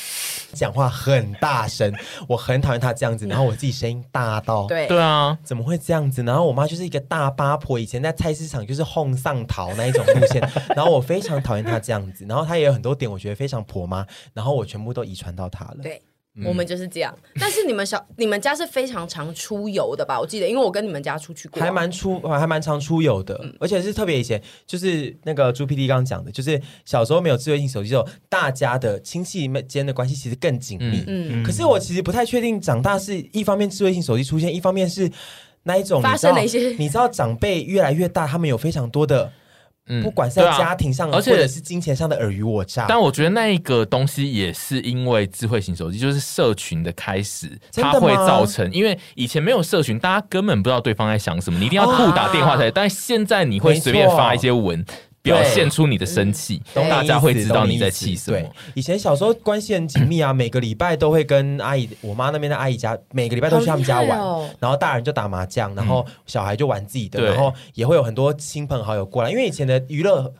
S1: 讲话很大声，我很讨厌她这样子，然后我自己声音大到。
S2: 嗯对，
S3: 对啊，
S1: 怎么会这样子？然后我妈就是一个大八婆，以前在菜市场就是哄上桃那一种路线， 然后我非常讨厌她这样子，然后她也有很多点我觉得非常婆妈，然后我全部都遗传到她了。
S2: 对，
S1: 嗯
S2: 我们就是这样。但是你们小，你们家是非常常出游的吧？我记得，因为我跟你们家出去过啊，
S1: 还蛮出，还蛮常出游
S2: 嗯
S1: 的，而且是特别以前，就是那个朱 PD 刚刚讲的，就是小时候没有智慧型手机之后，大家的亲戚们间的关系其实更紧密。
S2: 嗯
S1: 可是我其实不太确定，长大是一方面智慧型手机出现，一方面是那一种
S2: 发
S1: 你知道
S2: 生了一些
S1: 你知道长辈越来越大，他们有非常多的，
S3: 嗯，
S1: 不管是在
S3: 对啊
S1: 家庭上，
S3: 而且
S1: 或者是金钱上的尔虞我诈。
S3: 但我觉得那一个东西也是因为智慧型手机，就是社群的开始，
S1: 真的
S3: 它
S1: 吗
S3: 会造成，因为以前没有社群，大家根本不知道对方在想什么，你一
S1: 哦
S3: 定要互打电话才。但现在你会随便发一些文，表现出你的生气，
S1: 懂你
S3: 大家
S1: 意思
S3: 会知道
S1: 懂
S3: 你
S1: 意
S3: 在
S1: 思
S3: 气什
S1: 对
S3: 么。，
S1: 以前小时候关系很紧密 啊，每个礼拜都会跟阿姨、我妈那边的阿姨家，每个礼拜都去他们家
S2: 好厉
S1: 玩
S2: 害哦。
S1: 然后大人就打麻将，然后小孩就玩自己的，
S3: 嗯对
S1: 然后也会有很多亲朋好友过来，因为以前的娱
S3: 嗯
S1: 乐。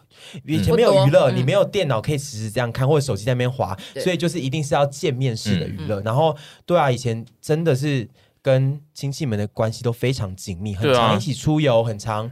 S1: 以前没有娱
S2: 不多
S1: 乐，
S2: 嗯
S1: 你没有电脑可以实时这样看，或者手机在那边滑，
S2: 对
S1: 所以就是一定是要见面式的娱
S3: 嗯
S1: 乐。然后，对啊，以前真的是跟亲戚们的关系都非常紧密，很
S3: 对啊
S1: 常一起出游，很常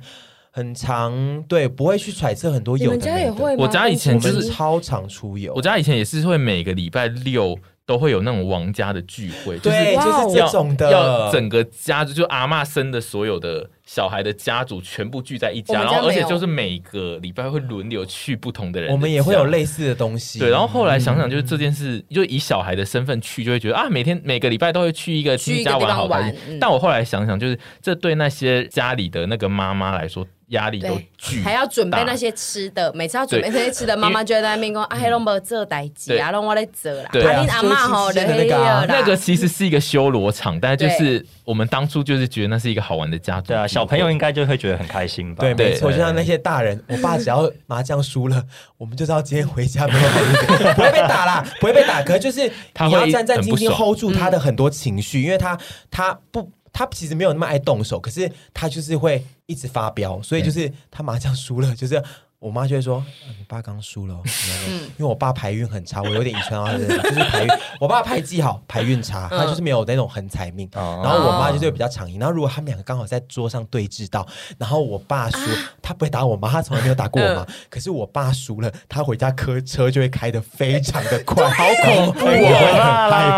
S1: 很常对，不会去揣测很多
S2: 你
S1: 有的
S2: 们
S1: 没的。
S2: 家也会吗？
S3: 我家以前
S1: 我
S3: 就
S1: 们
S3: 是
S1: 超常出游
S3: 我，家以前也是会每个礼拜六都会有那种王家的聚会，就是
S1: 对，就
S2: 哇哦
S1: 是这种的，
S3: 要整个家族，就阿嬷生的所有的小孩的家族全部聚在一
S2: 我
S3: 家，
S2: 们
S3: 然
S2: 家
S3: 后而且
S2: 没有
S3: 就是每个礼拜会轮流去不同的人的家，
S1: 我们也会有类似的东西。
S3: 对，然后后来想
S2: 嗯
S3: 想，就是这件事，就以小孩的身份去，就会觉得啊，每天每个礼拜都会去一个亲
S2: 去
S3: 戚
S2: 一个
S3: 家
S2: 地
S3: 玩，
S2: 方
S3: 好开
S2: 玩
S3: 心。，
S2: 嗯
S3: 但我后来想想，就是这对那些家里的那个妈妈来说，压力都
S2: 对
S3: 巨
S2: 还要准备
S3: 大
S2: 那些吃的，每次要准备那些吃的，妈妈就会在那边说：“啊，黑龙没做代志啊，让我来做啦。”
S3: 对啊
S2: 恁阿妈吼，
S1: 就是
S2: 就
S1: 那
S2: 黑
S1: 个啊
S2: 啦。
S3: 那个其实是一个修罗场，但是就
S2: 对
S3: 是我们当初就是觉得那是一个好玩的家族聚会。
S4: 对啊，小朋友应该就会觉得很开心吧？
S1: 对，
S3: 对
S1: 没错，就像那些大 人，我爸只要麻将输了， 我们就知道今天回家没有好日子， 不会被打啦，不会被打。可是就是
S3: 他
S1: 你
S3: 会
S1: 要战战兢
S3: 很不
S1: 兢
S3: 爽嗯
S1: hold 住他的很多情绪，因为他他不他其实没有那么爱动手，可是他就是会一直发飙，所以就是
S3: 嗯
S1: 他麻将输了，就是。我妈就会说：“呃你爸刚输了 哦，
S3: 嗯
S1: 因为我爸牌运很差，我有点遗传到他的，就是牌运。我爸牌技好，牌运差，
S3: 嗯
S1: 他就是没有那种横财命。
S4: 哦
S1: 然后我妈就是会比较强硬。然后如果他们两个刚好在桌上对峙到，然后我爸输，
S2: 啊
S1: 他不会打我妈，他从来没有打过我妈。
S2: 嗯
S1: 可是我爸输了，他回家车车就会开得非常的 快，好恐怖！我
S2: 啊
S1: 会很害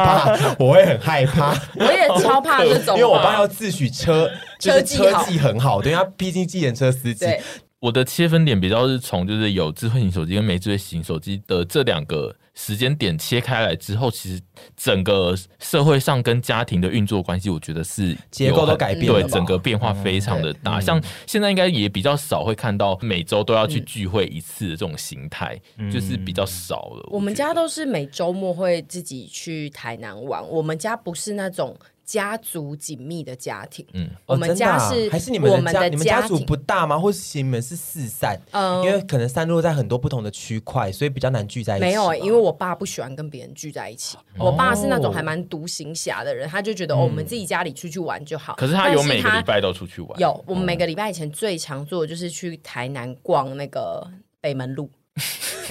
S1: 怕，我会很害 怕，
S2: 我也超怕这种
S1: 因为
S2: 的，
S1: 我爸要自诩车，就是车
S2: 啊车技好
S1: 技很好，对，因为他毕竟计程车司机。哦
S2: 对
S3: 我的切分点比较是从就是有智慧型手机跟没智慧型手机的这两个时间点切开来之后，其实整个社会上跟家庭的运作关系，我觉得是有
S1: 结构都
S3: 很
S1: 改变了
S3: 对
S1: 吧嗯
S3: 整个变化非常的大。像现在应该也比较少会看到每周都要去聚会一次的这种形态，就是比较少了。
S2: 我们
S3: 觉得
S2: 家都是每周末会自己去台南玩，我们家不是那种家族紧密的家庭，嗯，我
S1: 哦
S2: 们
S1: 真的
S2: 家
S1: 啊
S2: 是
S1: 还是你们
S2: 我
S1: 的
S2: 们
S1: 家，
S2: 的
S1: 你们家族
S2: 庭
S1: 不大吗？或是你们是四散？
S2: 嗯
S1: 因为可能散落在很多不同的区块，所以比较难聚在一起吧。哦
S2: 没有、因为我爸不喜欢跟别人聚在一起。我爸是那种还蛮独行侠的人，他就
S1: 嗯
S2: 觉得、哦，我们自己家里出去玩就好。
S3: 可是他有
S2: 但
S3: 每个礼拜都出去玩，
S2: 有，我们
S1: 哦
S2: 每个礼拜以前最常做的就是去台南逛那个北门路，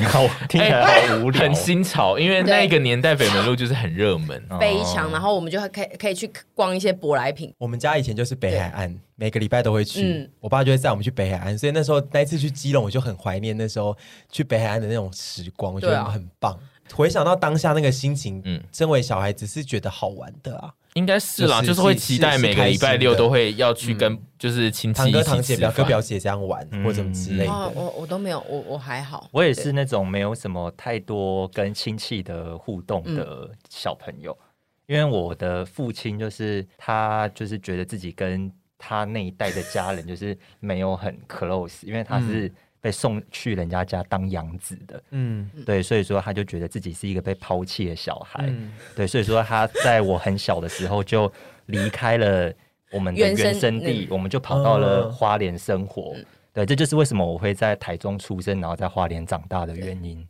S4: 好，听
S3: 哎
S4: 起来好无 聊，哦
S3: 很新潮，因为
S2: 对
S3: 那个年代北门路就是很热门。
S1: 哦
S2: 非常，然后我们就可以可以去逛一些舶来品。
S1: 我们家以前就是北海岸，每个礼拜都会去。
S2: 嗯
S1: 我爸就会载我们去北海岸，所以那时候那一次去基隆，我就很怀念那时候去北海岸的那种时光，我觉
S2: 对
S1: 得
S2: 啊
S1: 很棒。回想到当下那个心情，
S3: 嗯
S1: 嗯，身为小孩子是觉得好玩的啊。
S3: 应该是啦，
S1: 就是
S3: 就是会期待
S1: 是是
S3: 每个礼拜六
S1: 开心的嗯
S3: 都会要去跟就是亲戚
S1: 堂哥、
S3: 嗯一
S1: 堂
S3: 起
S1: 姐、
S3: 吃
S1: 表哥、
S3: 饭
S1: 表姐这样玩，
S4: 嗯
S1: 或怎么之类
S2: 哦，
S1: 的。
S2: 我我都没有，我我还好。
S4: 我也是那种没有什么太多跟亲戚的互动的小朋友，因为我的父亲就是他就是觉得自己跟他那一代的家人就是没有很 close，因为他是被送去人家家当养子的，
S1: 嗯，
S4: 对，所以说他就 觉得自己是一个被抛弃的小孩，
S1: 嗯
S4: 对，所以说他在我很小的时候就离开了我们的
S2: 原生
S4: 原生地，我们就跑到
S1: 嗯
S4: 了花莲生活。对，这就是为什么我会在台中出生，然后在花莲长大的原因。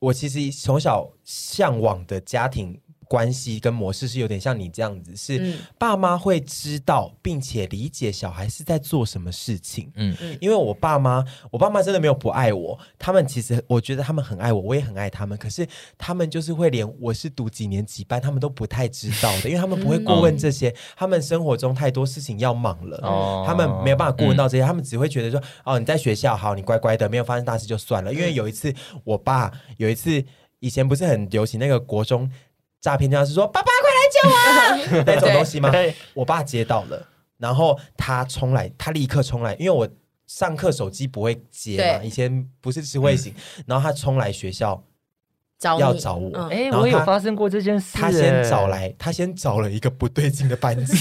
S1: 我其实从小向往的家庭关系跟模式是有点像你这样子，是
S2: 嗯
S1: 爸妈会知道并且理解小孩是在做什么事情。
S3: 嗯
S1: 嗯
S2: 嗯
S1: 嗯，因为我爸妈，我爸妈真的没有不爱我，他们其实我觉得他们很爱我，我也很爱他们，可是他们就是会连我是读几年几班，他们都不太知道的，因为他们不会过问这些，他们生活中太多事情要忙了。
S4: 哦
S1: 他们没有办法顾到这些，他们只会觉得说，哦，你在学校好，你乖乖的，没有发生大事就算了。因为有一次，我爸有一次以前不是很流行那个国中诈骗电话，是说爸爸快来救我啊那种东西吗？
S4: 对，
S1: 我爸接到了，然后他冲来，他立刻冲来，因为我上课手机不会接嘛，
S2: 对嗯
S1: 以前不是智慧型，然后他冲来学校
S2: 找你
S1: 要找我，
S2: 嗯
S4: 哎、
S1: 然后
S4: 我有
S1: 他
S4: 发生过这件事、
S1: 他先
S4: 哎
S1: 找，来，他先找了一个不对劲的班级，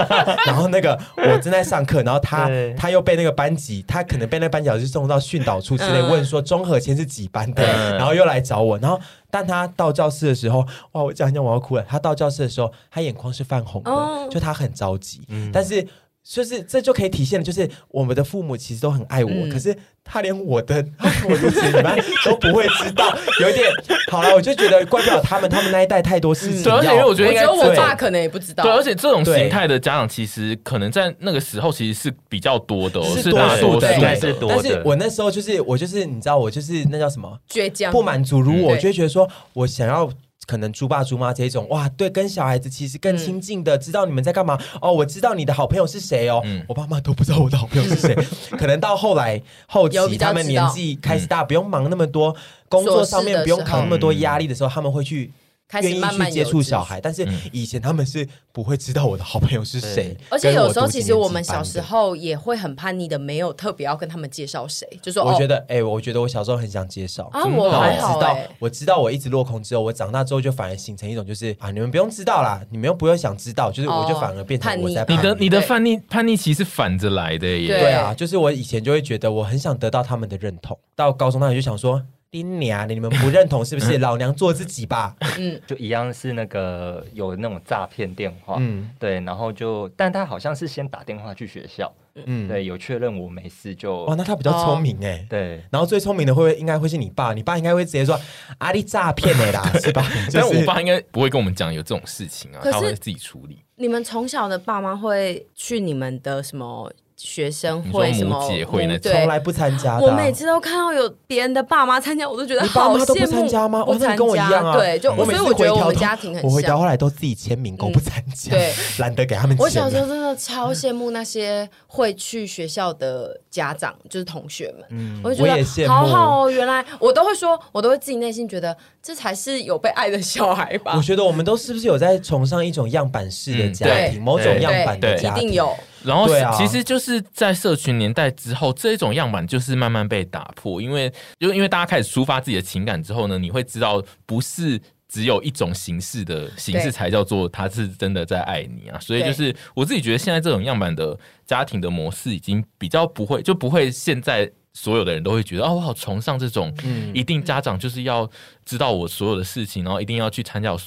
S1: 然后那个我正在上课，然后他
S4: 对
S1: 他又被那个班级，他可能被那个班级老师送到训导处之类，
S2: 嗯
S1: 问说中和先是几班的，
S3: 嗯
S1: 然后又来找我，然后但他到教室的时候，哇，我讲讲我要哭了。他到教室的时候，他眼眶是泛红的，
S2: 哦
S1: 就他很着急，但是。就是这就可以体现了，就是我们的父母其实都很爱我，
S2: 嗯
S1: 可是他连我的 我的姐妹都不会知道，有一点好了，我就觉得怪不了他们，他们那一代太多事情
S3: 对
S1: 要。
S3: 而且因为我觉得
S2: 我
S3: 应
S2: 觉
S3: 该
S2: 得我
S1: 对
S2: 爸可能也不知道
S3: 对，，而且这种
S1: 对
S3: 形态的家长，其实可能在那个时候其实是比较多的、哦，
S1: 是
S3: 大
S1: 多数
S3: 多数
S1: 的，
S4: 应该
S1: 对
S4: 是多的
S1: 但是我那时候就是我就是你知道我就是那叫什么
S2: 倔强
S1: 不满足，如
S3: 嗯
S1: 我
S2: 对
S1: 就会觉得说我想要。可能猪爸猪妈这种哇，对，跟小孩子其实更亲近的，知道你们在干嘛哦。我知道你的好朋友是谁哦，
S3: 嗯
S1: 我爸妈都不知道我的好朋友是 谁。可能到后来后
S2: 有
S1: 期
S2: 比较
S1: 他们
S2: 知
S1: 年
S2: 道
S1: 纪开始大，不用忙那么多，工作上面不用扛那么多
S4: 嗯
S1: 压力的时候，他们会去
S2: 嗯开始
S1: 愿意
S2: 慢慢
S1: 去接
S2: 有
S1: 触
S2: 知
S1: 小
S2: 识
S1: 孩。但是以前他们是不会知道我的好朋友是谁，
S2: 而且
S1: 跟
S2: 有时候，
S1: 读几
S2: 其实
S1: 年
S2: 我
S1: 级
S2: 们
S1: 班
S2: 小时
S1: 的
S2: 候也会很叛逆的，没有特别要跟他们介绍谁，就说
S1: 我觉
S2: 哦
S1: 得，哎、我觉得我小时候很想介绍。
S2: 啊，我
S1: 然后我
S2: 还好
S1: 知道
S2: 哎，，
S1: 我知道我一直落空之后，我长大之后就反而形成一种就是啊，你们不用知道啦，你们又不用想知道，就是
S2: 哦
S1: 我就反而变成
S2: 叛逆
S1: 我在
S3: 你
S1: 叛逆。
S3: 的你的
S2: 对
S3: 叛逆叛逆期是反着来的耶。
S1: 对啊，就是我以前就会觉得我很想得到他们的认同，到高中那里就想说，你娘，你们不认同是不 是？老娘做自己吧。
S4: 就一样是那个有那种诈骗电话，
S1: 嗯
S4: 对，然后就，但他好像是先打电话去学校，
S1: 嗯，哦
S4: 对，有确认我没事就
S1: 哇，，那他比较聪明哎、
S2: 哦
S4: 对，
S1: 然后最聪明的会不会应该会是你爸？你爸应该会直接说啊，你诈骗的 啦，是吧？就
S3: 但
S1: 是
S3: 我爸应该不会跟我们讲有这种事情啊，
S2: 可是
S3: 他会自己处理。
S2: 你们从小的爸妈会去你们的什么学生会、
S3: 你
S2: 什
S3: 说母
S2: 么
S3: 姐会
S2: 母
S3: 那种
S2: 对
S1: 从来不参加的啊、
S2: 我每次都看到有别人的爸妈参加，我都觉得
S1: 你爸
S2: 好
S1: 妈都不
S2: 羡慕。
S1: 参加吗？
S2: 不
S1: 哇，那
S2: 参
S1: 你跟我一样啊。
S2: 对，就
S1: 我
S2: 所
S1: 每
S2: 以
S1: 次
S2: 我觉
S1: 回
S2: 得我
S1: 调
S2: 们
S1: 都
S2: 家庭
S1: 我
S2: 很
S1: 回调
S2: 像。嗯
S1: 后来都自己签名，我不参加，
S2: 对，
S1: 懒得给他们签。
S2: 我小时候真的超羡慕那些会去学校的家长，就是同学们，我就
S1: 嗯我也
S2: 觉
S1: 羡
S2: 得
S1: 慕
S2: 好好哦。原来我都会说，我都会自己内心觉得这才是有被爱的小孩吧
S1: 我，觉得我们都是不是有在崇尚一种样板式的家
S3: 啊嗯
S1: 庭，
S2: 对
S1: 某种
S3: 对
S1: 样板的
S3: 对
S2: 一
S1: 家
S2: 定
S1: 庭？
S2: 有。
S3: 然后
S1: 对啊
S3: 其实就是在社群年代之后，这种样板就是慢慢被打破，因为就因为大家开始抒发自己的情感之后呢，你会知道不是。只有一种形式的形
S2: 对
S3: 式才叫做他是真的在爱你啊，所以
S2: 对
S3: 就是我自己觉得现在这种样板的家庭的模式已经比较不会，就不会现在所有的人都会觉得哦，我好崇尚这种，一定家长就是要知道我所有的事情，然后一定要去参加我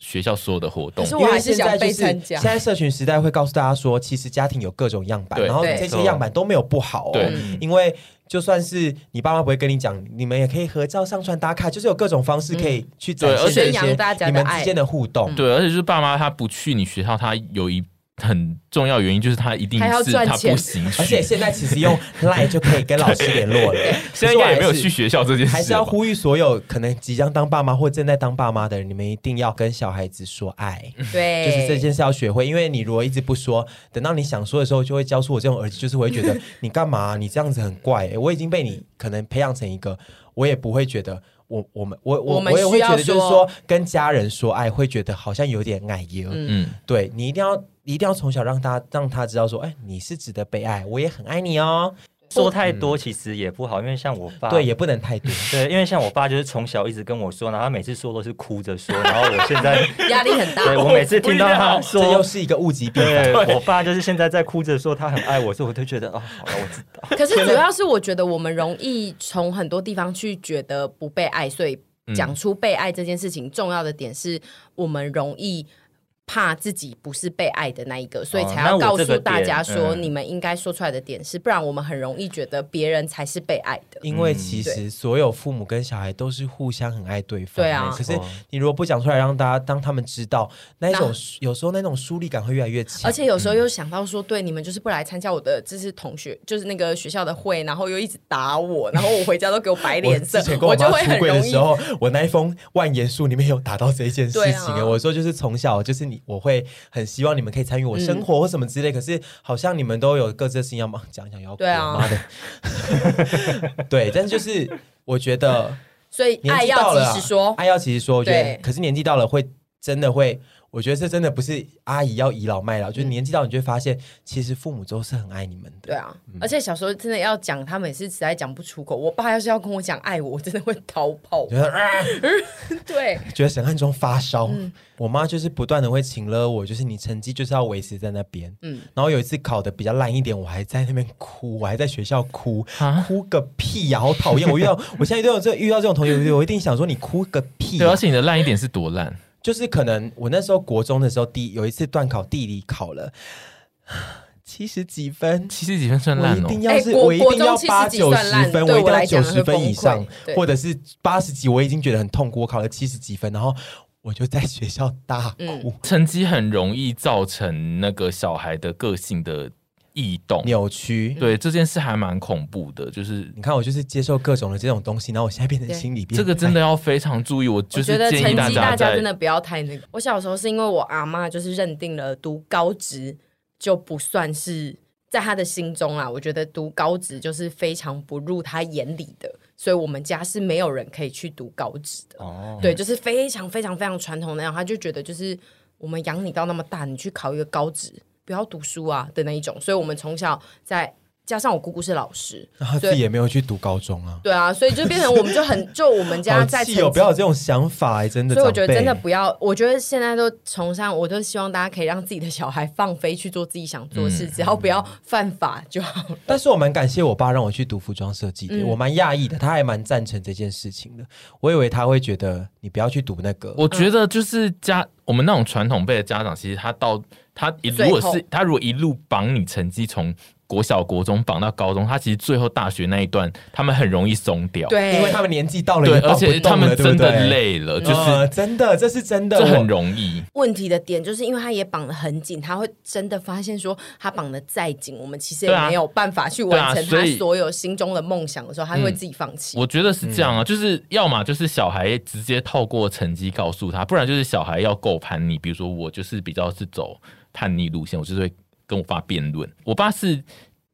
S3: 学校所有的活
S2: 可
S3: 动
S2: 是。
S1: 因
S2: 我还
S1: 为
S2: 是
S1: 现
S2: 想
S1: 在就
S2: 被
S1: 是
S2: 参加
S1: 现在社群时代会告诉大家说，其实家庭有各种样板，
S3: 对
S1: 然后
S2: 对
S1: 这些
S4: 错
S1: 样板都没有不好
S3: 对
S1: 哦，
S2: 嗯
S1: 因为就算是你爸妈不会跟你讲，你们也可以合照、上传、打卡，就是有各种方式可以去展
S3: 对而
S1: 现这
S2: 嗯
S3: 且
S2: 宣扬大
S1: 些
S2: 家
S1: 你
S2: 的
S1: 们
S2: 爱
S1: 之间的互
S2: 嗯
S1: 动。
S3: 对，而且就是爸妈他不去你学校，他有一很重要原因就是他一定
S2: 他要
S3: 是
S2: 赚
S3: 他
S2: 钱
S3: 不行去，
S1: 而且现在其实用 Line 就可以跟老师联络了，
S3: 现在应该也没有去学校这件事了吧，
S1: 还是要呼吁所有可能即将当爸妈或正在当爸妈的人，你们一定要跟小孩子说爱，
S3: 嗯
S2: 对，
S1: 就是这件事要学会。因为你如果一直不说，等到你想说的时候，就会教出我这种儿子，就是会觉得你干嘛、你这样子很怪、欸我已经被你可能培养成一个，我也不会觉得。我我们我我
S2: 我们
S1: 也会
S2: 需要
S1: 觉得就是
S2: 说
S1: 说跟家人说爱会觉得好像有点矮油，
S3: 嗯，
S1: 对你一定要一定要从小让他让他知道说，哎，你是值得被爱，我也很爱你哦。
S4: 说太多其实也不好，因为像我爸，
S1: 对，也不能太多。
S4: 对，因为像我爸就是从小一直跟我说，然后他每次说都是哭着说，然后我现在，
S2: 压力很大。
S4: 对我每次听到他
S1: 这又
S4: 说。
S1: 是一个物极必反。
S4: 对我爸就是现在在哭着说他很爱我，所以我就觉得哦，好了，我知 道。
S2: 可是主要是我觉得我们容易从很多地方去觉得不被爱，所以讲出被爱这件事情重要的点是我们容易怕自己不是被爱的那一个，所以
S4: 哦
S2: 才
S4: 那
S2: 要
S4: 我
S2: 告
S4: 这
S2: 诉
S4: 个
S2: 大
S4: 点
S2: 家说，
S4: 嗯
S2: 你们应该说出来的点是，不然我们很容易觉得别人才是被爱的。
S1: 因为其实所有父母跟小孩都是互相很爱对方的，欸
S2: 对啊
S1: 可是你如果不讲出来，让大家当他们知道，那一种有时候那种疏离感会越来越强
S2: 而。且有时候又想到说，对你们就是不来参加我的，就是同学， 就是那个学校的会，然后又一直打我，然后我回家都给我白
S1: 我
S2: 脸色
S1: 之前，跟
S2: 我
S1: 我
S2: 就
S1: 妈
S2: 会
S1: 出
S2: 很
S1: 柜
S2: 容
S1: 的
S2: 易
S1: 时。候，我那一封万言书里面有打到这一件事
S2: 对
S1: 情、
S2: 啊
S1: 我说就是从小就是你，我会很希望你们可以参与我生
S2: 嗯
S1: 活或什么之类，可是好像你们都有各自的事情要忙，讲一讲要哭
S2: 对啊
S1: 妈的， 对，但是就是我觉得
S2: 所以
S1: 年
S2: 爱
S1: 纪到
S2: 要
S1: 了啊，
S2: 及时说，
S1: 爱要及时说。我觉得
S2: 对，
S1: 可是年纪到了会真的会，我觉得这真的不是阿姨要倚老卖老，就是年纪到你就会发现，其实父母都是很爱你们的。
S2: 嗯对啊，
S3: 嗯
S2: 而且小时候真的要讲，他们也是实在讲不出口。我爸要是要跟我讲爱我，我真的会逃 跑。
S1: 觉得、啊、
S2: 对，
S1: 觉得审案中发烧，我妈就是不断的会请了我，就是你成绩就是要维持在那边。嗯，然后有一次考的比较烂一点，我还在那边哭，我还在学校哭，
S3: 啊
S1: 哭个屁呀、好讨厌！我遇到 我现在都有这遇到这种同学，我一定想说你哭个屁、啊
S3: 对，而且你的烂一点是多烂？
S1: 就是可能我那时候国中的时候，第有一次段考地理考了 七十几分。
S3: 七十几分算
S1: 我
S3: 烂
S1: 一
S3: 哦、
S1: 定要是，
S2: 哎国
S1: 我一定要
S2: 国中70
S1: 八
S2: 几
S1: 九
S2: 算
S1: 十
S2: 烂
S1: 分，
S2: 对
S1: 我一定
S2: 我
S1: 要
S2: 来
S1: 九
S2: 讲
S1: 十分以
S2: 会
S1: 上
S2: 崩溃，对
S1: 或者是八十几，我已经觉得很痛苦。我考了七十几分，然后我就在学校大
S2: 嗯
S1: 哭、
S3: 成绩很容易造成那个小孩的个性的异动。
S1: 扭曲。
S3: 对这件事还蛮恐怖的，就是
S1: 你看，我就是接受各种的这种东西，然后我现在变成
S2: 对
S1: 心理变态
S3: 这个真的要非常注意。我就
S2: 我
S3: 是
S2: 觉得成
S3: 建议
S2: 绩大家
S3: 在
S2: 真的不要太那个。我小时候是因为我阿妈就是认定了读高职就不算是在她的心中啊，我觉得读高职就是非常不入她眼里的，所以我们家是没有人可以去读高职的。
S1: 嗯
S4: 哦，
S2: 对，就是非常非常非常传统的那种，他就觉得就是我们养你到那么大，你去考一个高职，不要读书啊的那一种。所以我们从小在加上我姑姑是老师，
S1: 然后自己也没有去读高中啊。
S2: 对啊，所以就变成我们就很就我们家
S1: 好
S2: 在成
S1: 气哦！不
S2: 绩
S1: 要有这种想法、哎真的。
S2: 所以我觉得
S1: 长辈
S2: 真的不要，我觉得现在都崇尚，我都希望大家可以让自己的小孩放飞去做自己想做的
S1: 嗯
S2: 事，只要不要犯法就好了。
S1: 但是我蛮感谢我爸让我去读服装设计
S2: 嗯
S1: 的，我蛮讶异的，他还蛮赞成这件事情的。我以为他会觉得你不要去读那个，
S3: 我
S2: 嗯
S3: 觉得就是家、我们那种传统辈的家长，其实他到他一
S2: 最
S3: 如
S2: 后
S3: 果是他如果一路绑你成绩从国小国中绑到高中，他其实最后大学那一段他们很容易松掉，
S2: 对，
S1: 因为他们年纪到了，
S3: 对，
S1: 也
S3: 而
S1: 抱不动
S3: 且
S1: 了
S3: 他们真的，累了，
S1: 对不
S3: 就
S1: 对
S3: 是
S1: 呃真的，这是真的，
S3: 这很
S1: 我
S3: 容易。
S2: 问题的点就是因为他也绑得很紧，他会真的发现说他绑得再紧，我们其实
S3: 对
S2: 也
S3: 啊
S2: 没有办法去完成他
S3: 对啊所以嗯
S2: 所有心中的梦想的时候，他会自己放弃。
S3: 我觉得是
S2: 嗯
S3: 这样啊，就是要么就是小孩直接透过成绩告诉他，不然就是小孩要够叛逆。比如说我就是比较是走叛逆路线，我就是会跟我爸辩论。我爸是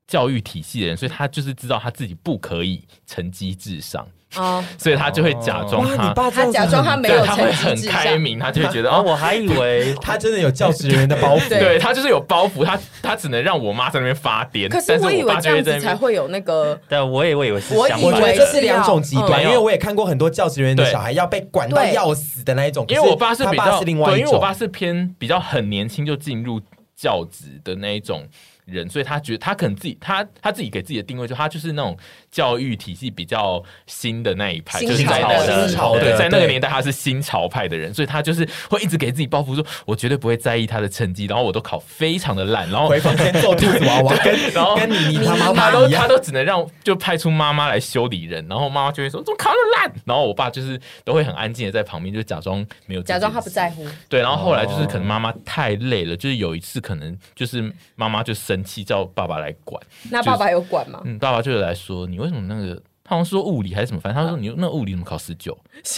S3: 教育体系的人，所以他就是知道他自己不可以成绩至上，
S2: 哦，
S3: 所以他就会假装
S1: 哇，
S3: 他，
S1: 你爸这样
S2: 他
S1: 子
S2: 假装他
S1: 很
S2: 哦没
S3: 对
S2: 有
S3: 他
S2: 成
S3: 会
S2: 绩
S3: 很
S2: 至
S3: 开
S2: 上。
S3: 明，他就会觉得
S4: 然后
S3: 哦。
S4: 我还以为
S1: 他真的有教职人员的包袱，
S2: 对
S3: 对他就是有包袱，他他只能让我妈在那边发癫，
S2: 可
S3: 但
S2: 是我以
S3: 我
S2: 为
S3: 爸就
S2: 这样
S3: 会在
S2: 子
S3: 那
S2: 才
S3: 边。
S2: 会有那个，
S4: 但我也我以为是
S2: 我以
S4: 相
S1: 我觉
S4: 反
S1: 得
S4: 的
S1: 这是两种极端，
S3: 嗯
S1: 因为我也看过很多教职人员的
S3: 对
S1: 小孩要被管到
S2: 对
S1: 要死的那一种，
S3: 因为
S1: 可
S3: 我爸是
S1: 他
S3: 比较
S1: 是另外
S3: 对，
S1: 一
S3: 因为我
S1: 种，
S3: 爸是偏比较很年轻就进入教职的那一种人，所以他觉得他可能自己他他自己给自己的定位，就他就是那种教育体系比较新的那一派，
S2: 新
S3: 就是在
S2: 潮
S3: 那
S2: 的
S3: 个
S2: 新潮
S1: 的
S3: 对，在那
S1: 对
S3: 个年代他是新潮派的人，所以他就是会一直给自己包袱说，我绝对不会在意他的成绩，然后我都考非常的烂，然后
S1: 回房间揍兔子娃 娃，跟
S3: 然后
S1: 跟你你他妈
S3: 他
S1: 妈
S3: 都
S1: 一
S3: 他
S1: 样。
S3: 都只能让就派出妈妈来修理人，然后妈妈就会说怎么考那么烂，然后我爸就是都会很安静的在旁边就假装没有这
S2: 假装
S3: 件
S2: 他不
S3: 事
S2: 在乎。
S3: 对，然后后来就是可能妈妈太累了，就是有一次可能就是妈妈就生气叫爸爸来管，
S2: 那爸爸有管吗？
S3: 嗯，爸爸就来说你为什么那个。他好像说物理还是什么，反正他说你那物理怎么考十九？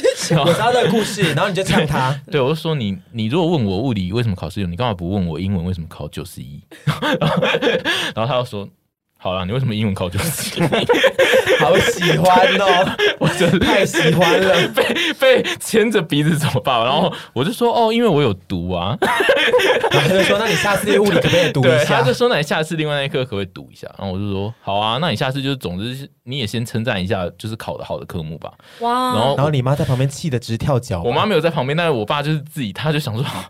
S1: 我知道这个故事，然后你就呛 他，
S3: 对，我就说你你如果问我物理为什么考十九，你干嘛不问我英文为什么考九十一？ 然后他又说，好了，你为什么英文考九十一？
S1: 好喜欢哦，
S3: 我真的
S1: 太喜欢了。
S3: 被被牵着鼻子走吧。然后我就说哦，因为我有读啊。
S1: 然后他就说：“那你下次物理可不可以读
S3: 对，
S1: 一
S3: 他
S1: 下
S3: 就说那你下次另外那一科可不可以读一下？然后我就说好啊，那你下次就是总之是你也先称赞一下，就是考的好的科目吧。
S2: 哇，
S3: 然？”后
S1: 然后你妈在旁边气得直跳脚。
S3: 我妈没有在旁边，但是我爸就是自己， 他就想说好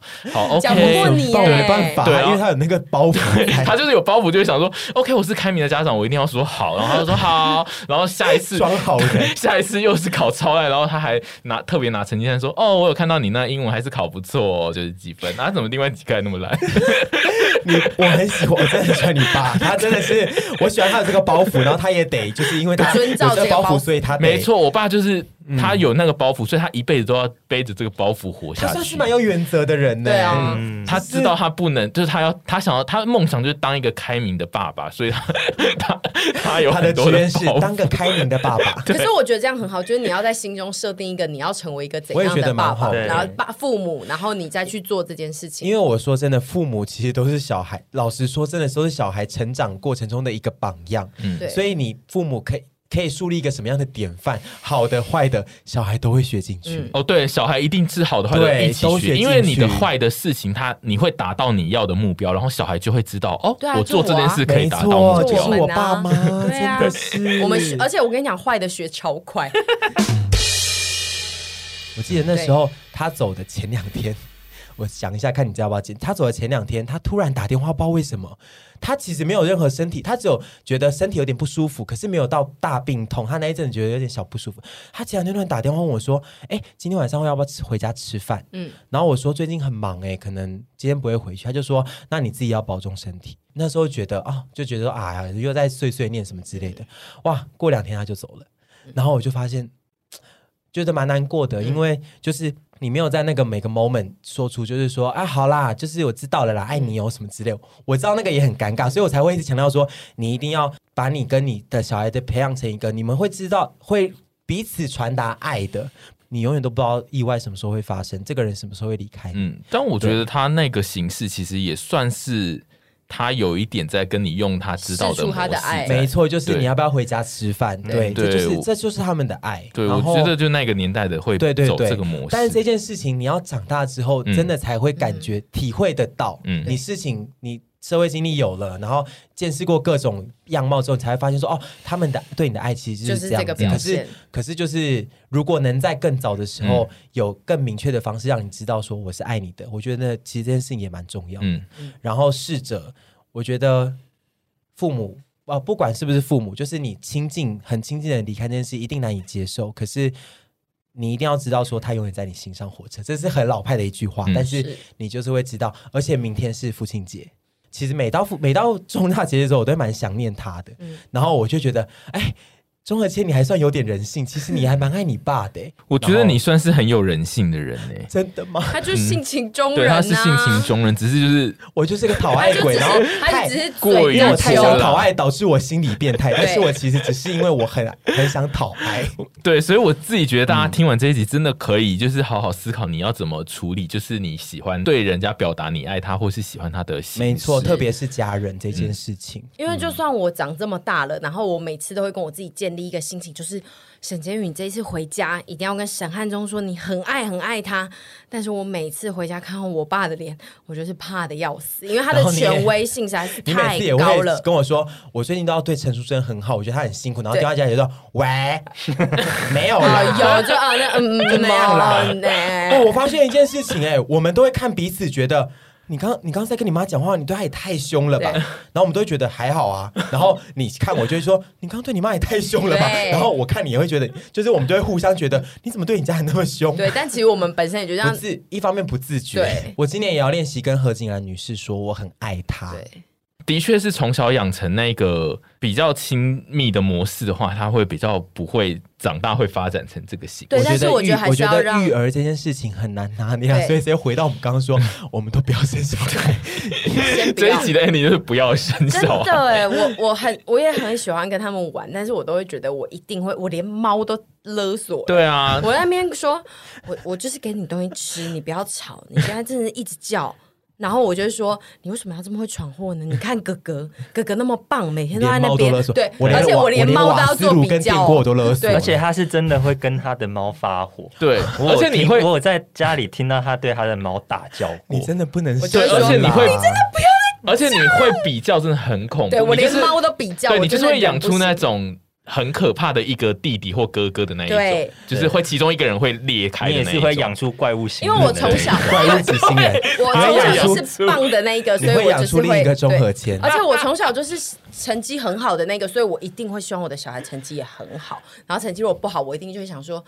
S3: OK，
S2: 讲不过你
S1: 但我
S2: 耶
S1: 没办法，
S3: 对啊
S1: 因为她有那个包袱在。
S3: 他就是有包袱，就会想说 OK，我是开明的的家长，我一定要说好。然后他就说好， 然后下一次
S1: 装好人
S3: 下一次又是考超烂，然后他还拿特别拿成绩单说哦，我有看到你那英文还是考不错、哦，就是几分。那、怎么另外几科还 那么烂？
S1: 你我很喜欢，我真的很喜欢你爸，他真的是我喜欢他有这个包袱，然后他也得就是因为他
S2: 遵照
S1: 有这
S2: 这个
S1: 包
S2: 包
S1: 袱，
S2: 袱
S1: 所以他得
S3: 没，错，我爸就是
S1: 嗯
S3: 他有那个包袱，所以他一辈子都要背着这个包袱活
S1: 他
S3: 下
S1: 算是
S3: 去。
S1: 蛮有原则的人呢。
S2: 对啊
S4: 嗯，
S3: 他知道他不能，就是他要，他想要，他的梦想就是当一个开明的爸爸，所以他 他他有
S1: 他的
S3: 很
S1: 志
S3: 多的
S1: 愿是
S3: 包
S1: 当
S3: 袱。
S1: 个开明的爸爸。
S2: 可是我觉得这样很好，就是你要在心中设定一个你要成为一个怎
S1: 我也
S2: 样
S1: 觉得
S2: 的
S1: 蛮
S2: 爸
S1: 好
S2: 爸，
S4: 的
S2: 然后爸父母，然后你再去做这件事 情。
S1: 因为我说真的，父母其实都是小孩，老实说，真的都是小孩成长过程中的一个榜样。
S3: 嗯
S2: 对
S1: 所以你父母可以可以树立一个什么样的典范，好的坏的，小孩都会学进去。
S2: 嗯
S3: 哦，对，小孩一定是好的坏的
S1: 对
S3: 一起
S1: 都学
S3: 学，
S1: 进
S3: 因为你的
S1: 去
S3: 坏的事情，他你会达到你要的目标，然后小孩就会知道哦
S2: 对啊，
S3: 我做
S2: 就
S3: 这
S2: 我啊
S3: 件事可以
S1: 没
S3: 达到目
S1: 错，
S2: 就
S1: 就
S3: 标
S1: 是。
S2: 我
S1: 我
S2: 们
S1: 爸
S2: 啊
S1: 妈，
S2: 对啊
S1: 真的是
S2: 我们学，
S3: 呃
S2: 而且我跟你讲，坏的学超快，
S1: 我记得那时候他走的前两天，我想一下看你知道不知道他走的前两天，他突然打电话，不知道为什么，他其实没有任何身体，他只有觉得身体有点不舒服，可是没有到大病痛。他那一阵觉得有点小不舒服，他前两天突然打电话问我说：“哎、今天晚上要不要吃回家吃饭？”嗯
S2: 嗯，
S1: 然后我说最近很忙哎、可能今天不会回去。他就说：“那你自己要保重身体。”那时候觉得啊，就觉得啊呀，又在碎碎念什么之类的。哇，过两天他就走了，
S3: 嗯
S1: 然后我就发现。觉得蛮难过的，因为就是你没有在那个每个 moment 说出，就是说啊，好啦，就是我知道了啦，爱你哦什么之类的。我知道那个也很尴尬，所以我才会一直强调说，你一定要把你跟你的小孩子培养成一个你们会知道会彼此传达爱的。你永远都不知道意外什么时候会发生，这个人什么时候会离开你。
S3: 嗯，但我觉得他那个形式其实也算是他有一点在跟你用他知道
S2: 试
S3: 的
S2: 出
S3: 模
S2: 他
S3: 式
S2: 的爱
S3: 在，
S1: 没错，就是
S3: 对
S1: 你要不要回家吃饭？对，
S3: 嗯
S1: 这就
S3: 对
S1: 是
S3: 我
S1: 这就是他们的爱。
S3: 对，我
S1: 然后
S3: 觉得就那个年代的会
S1: 对对
S3: 走
S1: 对
S3: 这个模式，
S1: 但是这件事情，你要长大之后，
S3: 嗯
S1: 真的才会感
S2: 嗯
S1: 觉、体会得到。
S3: 嗯
S1: 你事情你社会经历有了，然后见识过各种样貌之后，你才会发现说，哦，他们的对你的爱其实
S2: 就是是
S1: 这样
S2: 这个
S1: 子。可
S2: 表
S1: 是
S2: 现，
S1: 可是就是如果能在更早的时候、
S3: 嗯
S1: 有更明确的方式让你知道说我是爱你的，我觉得其实这件事情也蛮重要的。
S3: 嗯
S1: 然后试着，我觉得父母啊，不管是不是父母，就是你亲近、很亲近的人离开这件事，一定难以接受。可是你一定要知道，说他永远在你心上活着，这是很老派的一句话。
S3: 嗯
S1: 但是
S2: 是
S1: 你就是会知道，而且明天是父亲节。其实每到父每到重大节日的时候，我都会蛮想念他的。
S2: 嗯
S1: 然后我就觉得，哎，钟和谦你还算有点人性，其实你还蛮爱你爸的、欸
S3: 我觉得你算是很有人性的人呢、欸
S1: 真的吗？
S2: 他就是性情中
S3: 嗯对，
S2: 人啊，
S3: 他是性情中人，只是就是
S1: 我就是个讨
S2: 他
S1: 爱
S2: 就
S1: 鬼，
S2: 只
S1: 然后
S2: 是他
S1: 太
S2: 就只是
S3: 过
S2: 嘴
S3: 于
S1: 因为
S2: 要
S1: 我
S3: 太
S1: 太
S2: 求
S1: 想
S3: 了
S1: 讨爱，导致我心理变态。但是
S2: 对
S1: 我其实只是因为我很很想讨 爱，
S3: 对，所以我自己觉得大家听完这一集真的可以，就是好好思考你要怎么处理，就是你喜欢对人家表达你爱他，或是喜欢他的形式
S1: 没错，特别是家人这件事情。
S2: 因为就算我长这么大了，然后我每次都会跟我自己建立一个心情，就是沈婕妤，你这一次回家一定要跟沈汉忠说你很爱很爱他。但是我每次回家看到我爸的脸，我就是怕的要死，因为他的
S1: 然后你也
S2: 权威性实在是
S1: 你每
S2: 太
S1: 次也
S2: 高
S1: 会
S2: 了。
S1: 跟我说，我最近都要对陈淑贞很好，我觉得她很辛苦，然后
S2: 对
S1: 电话家里就说 喂，没有啦。
S2: 啊，有就啊，那嗯，哎没
S1: 样啦
S2: 有
S1: 哦，
S2: 呢。
S1: 我发现一件事情、哎，我们都会看彼此，觉得你刚你刚才跟你妈讲话，你对她也太凶了吧？
S2: 对
S1: 然后我们都会觉得还好啊。然后你看我就会说，你刚刚对你妈也太凶了吧？
S2: 对
S1: 然后我看你也会觉得，就是我们就会互相觉得，你怎么对你家人那么凶？
S2: 对，但其实我们本身也就这
S1: 不
S2: 样，
S1: 自一方面不自觉
S2: 对。
S1: 我今年也要练习跟何景兰女士说，我很爱她。
S2: 对，
S3: 的确是从小养成那个比较亲密的模式的话，他会比较不会长大会发展成这个型。
S2: 对但是我
S1: 育
S2: 觉得还是要
S1: 我觉
S2: 让
S1: 得育儿这件事情很难拿捏啊，
S2: 对
S1: 所以直接回到我们刚刚说，我们都不要生小孩。
S2: 先不
S3: 这一
S2: 要。
S3: 集的 Andy 就是不要生哦
S2: 真
S1: 啊
S3: 小
S2: 的
S3: 孩，
S2: 哎，我我很我也很喜欢跟他们玩，但是我都会觉得我一定会，我连猫都勒索
S3: 对 啊，
S2: 我在那边说，我我就是给你东西吃，你不要吵，你现在真的一直叫。然后我就说，你为什么要这么会闯祸呢？你看哥哥，哥哥那么棒，每天都在
S1: 连猫
S2: 那
S1: 都
S2: 边
S1: 勒索，
S2: 对，
S1: 我连
S2: 而且
S1: 瓦
S2: 我连猫都
S1: 瓦
S2: 要
S1: 斯
S2: 做
S1: 炉
S2: 比
S1: 跟电
S2: 较
S1: 锅我
S2: 哦。
S1: 都勒索，
S2: 对
S4: 而且他是真的会跟他的猫发火，
S3: 对，
S4: 我
S3: 而
S4: 有
S3: 且你
S4: 听
S3: 会
S4: 我有在家里听到他对他的猫大叫过，
S1: 你真的不能
S3: 对，
S1: 生啦，
S3: 而且你会，
S1: 真的
S3: 而且你会比较，真的很恐怖。
S2: 对我
S3: 你就
S2: 连
S3: 是
S2: 猫都比较，
S3: 对
S2: 我
S3: 你就是
S2: 真的
S3: 会养
S2: 忍不
S3: 出那
S2: 行
S3: 种很可怕的一个弟弟或哥哥的那一种
S2: 对，
S3: 就是会其中一个人会裂开的
S4: 你也
S3: 那
S4: 是
S3: 一
S4: 会
S3: 种
S4: 养。出怪物型
S2: 因
S4: 人
S2: 为
S4: 的，
S2: 我从小，
S1: 怪物执行 人，
S2: 我
S1: 你会
S2: 从
S1: 养
S2: 小
S1: 出
S2: 就是棒的那一个，
S1: 你
S2: 所以
S1: 会
S2: 我
S1: 养
S2: 就是
S1: 出
S2: 会
S1: 另一个综
S2: 对
S1: 合签
S2: 而且我从小就是成绩很好的那个，所以我一定会希望我的小孩成绩也很好。然后成绩如果不好，我一定就会想说。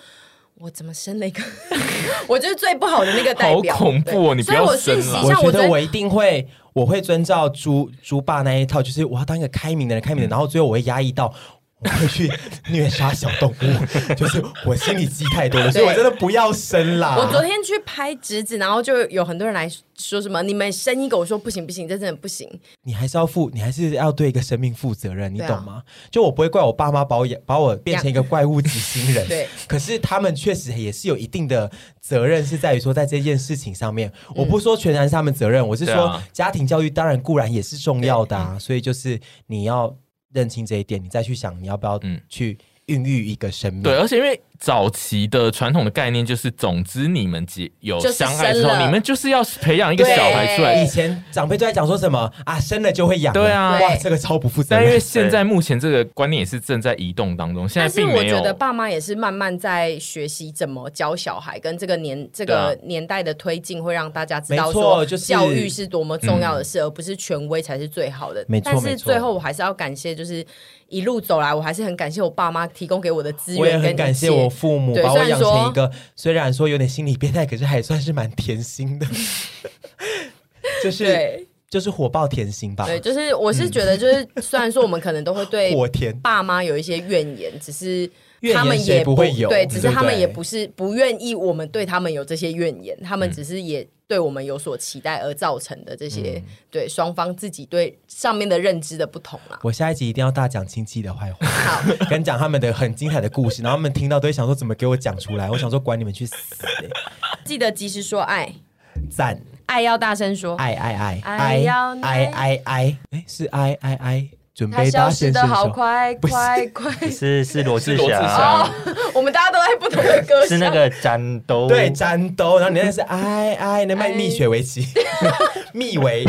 S2: 我怎么生了一个？ 我就是最不好的那个代表，
S3: 好恐怖
S2: 对
S3: 哦你不
S2: 所以
S3: 要
S2: 我
S3: 生
S2: 讯息
S3: 了
S1: 我
S2: 像
S1: 觉
S2: 我昨
S1: 得
S2: 天
S1: 我一定会，我会遵照猪猪爸那一套，就是我要当一个开明的人，开明的
S2: 嗯
S1: 人，然后最后我会压抑到。我会去虐杀小动物， 就是我心里积太多了，所以我真的不要生啦。
S2: 我昨天去拍侄子，然后就有很多人来说什么你们生一个，我说不行不行，这真的不行。
S1: 你还是要负，你还是要对一个生命负责任，你
S2: 对啊
S1: 懂吗？就我不会怪我爸妈把我养把我变成一个怪物级星人，
S2: 对。
S1: 可是他们确实也是有一定的责任，是在于说在这件事情上面，
S2: 嗯
S1: 我不说全然是他们责任，我是
S3: 对
S1: 说
S3: 啊
S1: 家庭教育当然固然也是重要的啊，所以就是你要认清这一点，你再去想你要不要
S3: 嗯
S1: 去孕育一个生命。
S3: 对，而且因为早期的传统的概念就是，总之你们结有
S2: 就是
S3: 相爱之
S2: 生
S3: 后，
S2: 了
S3: 你们就是要培养一个小孩出
S2: 对
S3: 来
S1: 以。前长辈都在讲说什么啊，生了就会养了，
S3: 对
S1: 哇，
S3: 啊
S2: 对
S1: 这个超不负责
S3: 但因为
S1: 任。
S3: 现在目前这个观念也是正在移动当中，现
S2: 但
S3: 在
S2: 是
S3: 并
S2: 我
S3: 没有
S2: 觉。得爸妈也是慢慢在学习怎么教小孩，跟这个年这
S3: 对啊
S2: 个年代的推进，会让大家知道
S1: 没错
S2: 说
S1: 就是嗯
S2: 教育是多么重要的事，而不是权威才是最好的。
S1: 没错
S2: 但
S1: 没
S2: 是
S1: 错
S2: 最后我还是要感谢，就是一路走来，我还是很感谢我爸妈提供给我的资
S1: 我也
S2: 源跟
S1: 很
S2: 一
S1: 感谢
S2: 切
S1: 我父母
S2: 对
S1: 把我
S2: 虽然
S1: 养成
S2: 说
S1: 一个，虽然说有点心理变态，可是还算是蛮甜 心的，就是
S2: 对
S1: 就是火爆甜心吧，
S2: 对，就是我是觉 得，就是虽然说我们可能都会对
S1: 火甜。
S2: 爸妈有一些怨言，只是
S1: 怨言
S2: 他们
S1: 谁
S2: 也
S1: 不会有
S2: 对，只是他
S1: 对不
S2: 们
S1: 对
S2: 也不是不愿意我们对他们有这些怨言，他
S1: 嗯
S2: 们只是也对我们有所期待而造成的这些、
S1: 嗯
S2: 对双方自己对上面的认知的不同啦。
S1: 我下一集一定要大讲亲戚的坏 话，
S2: 好，
S1: 跟讲他们的很精彩的故事，然后他们听到都会想说怎么给我讲出来，我想说管你们去死、欸，
S2: 记得及时说爱，
S1: 赞，
S2: 爱要大声说。
S1: 爱爱爱
S2: 哎
S1: 爱
S2: 要
S1: 爱
S2: 奶
S1: 爱爱，哎是爱爱爱，准
S2: 它
S1: 备
S2: 消
S1: 搭
S2: 失
S1: 先
S2: 的
S1: 生
S2: 好
S1: 手。
S2: 快，
S1: 不是
S2: 快快！
S4: 是是罗志
S3: 是罗志
S4: 祥，
S3: 祥
S2: 哦，我们大家都在不同的歌
S4: 是那
S2: 上
S4: 个战斗，
S1: 对， 战斗，然后你那是哎哎，那卖
S2: 哎
S1: 蜜雪维奇，蜜维。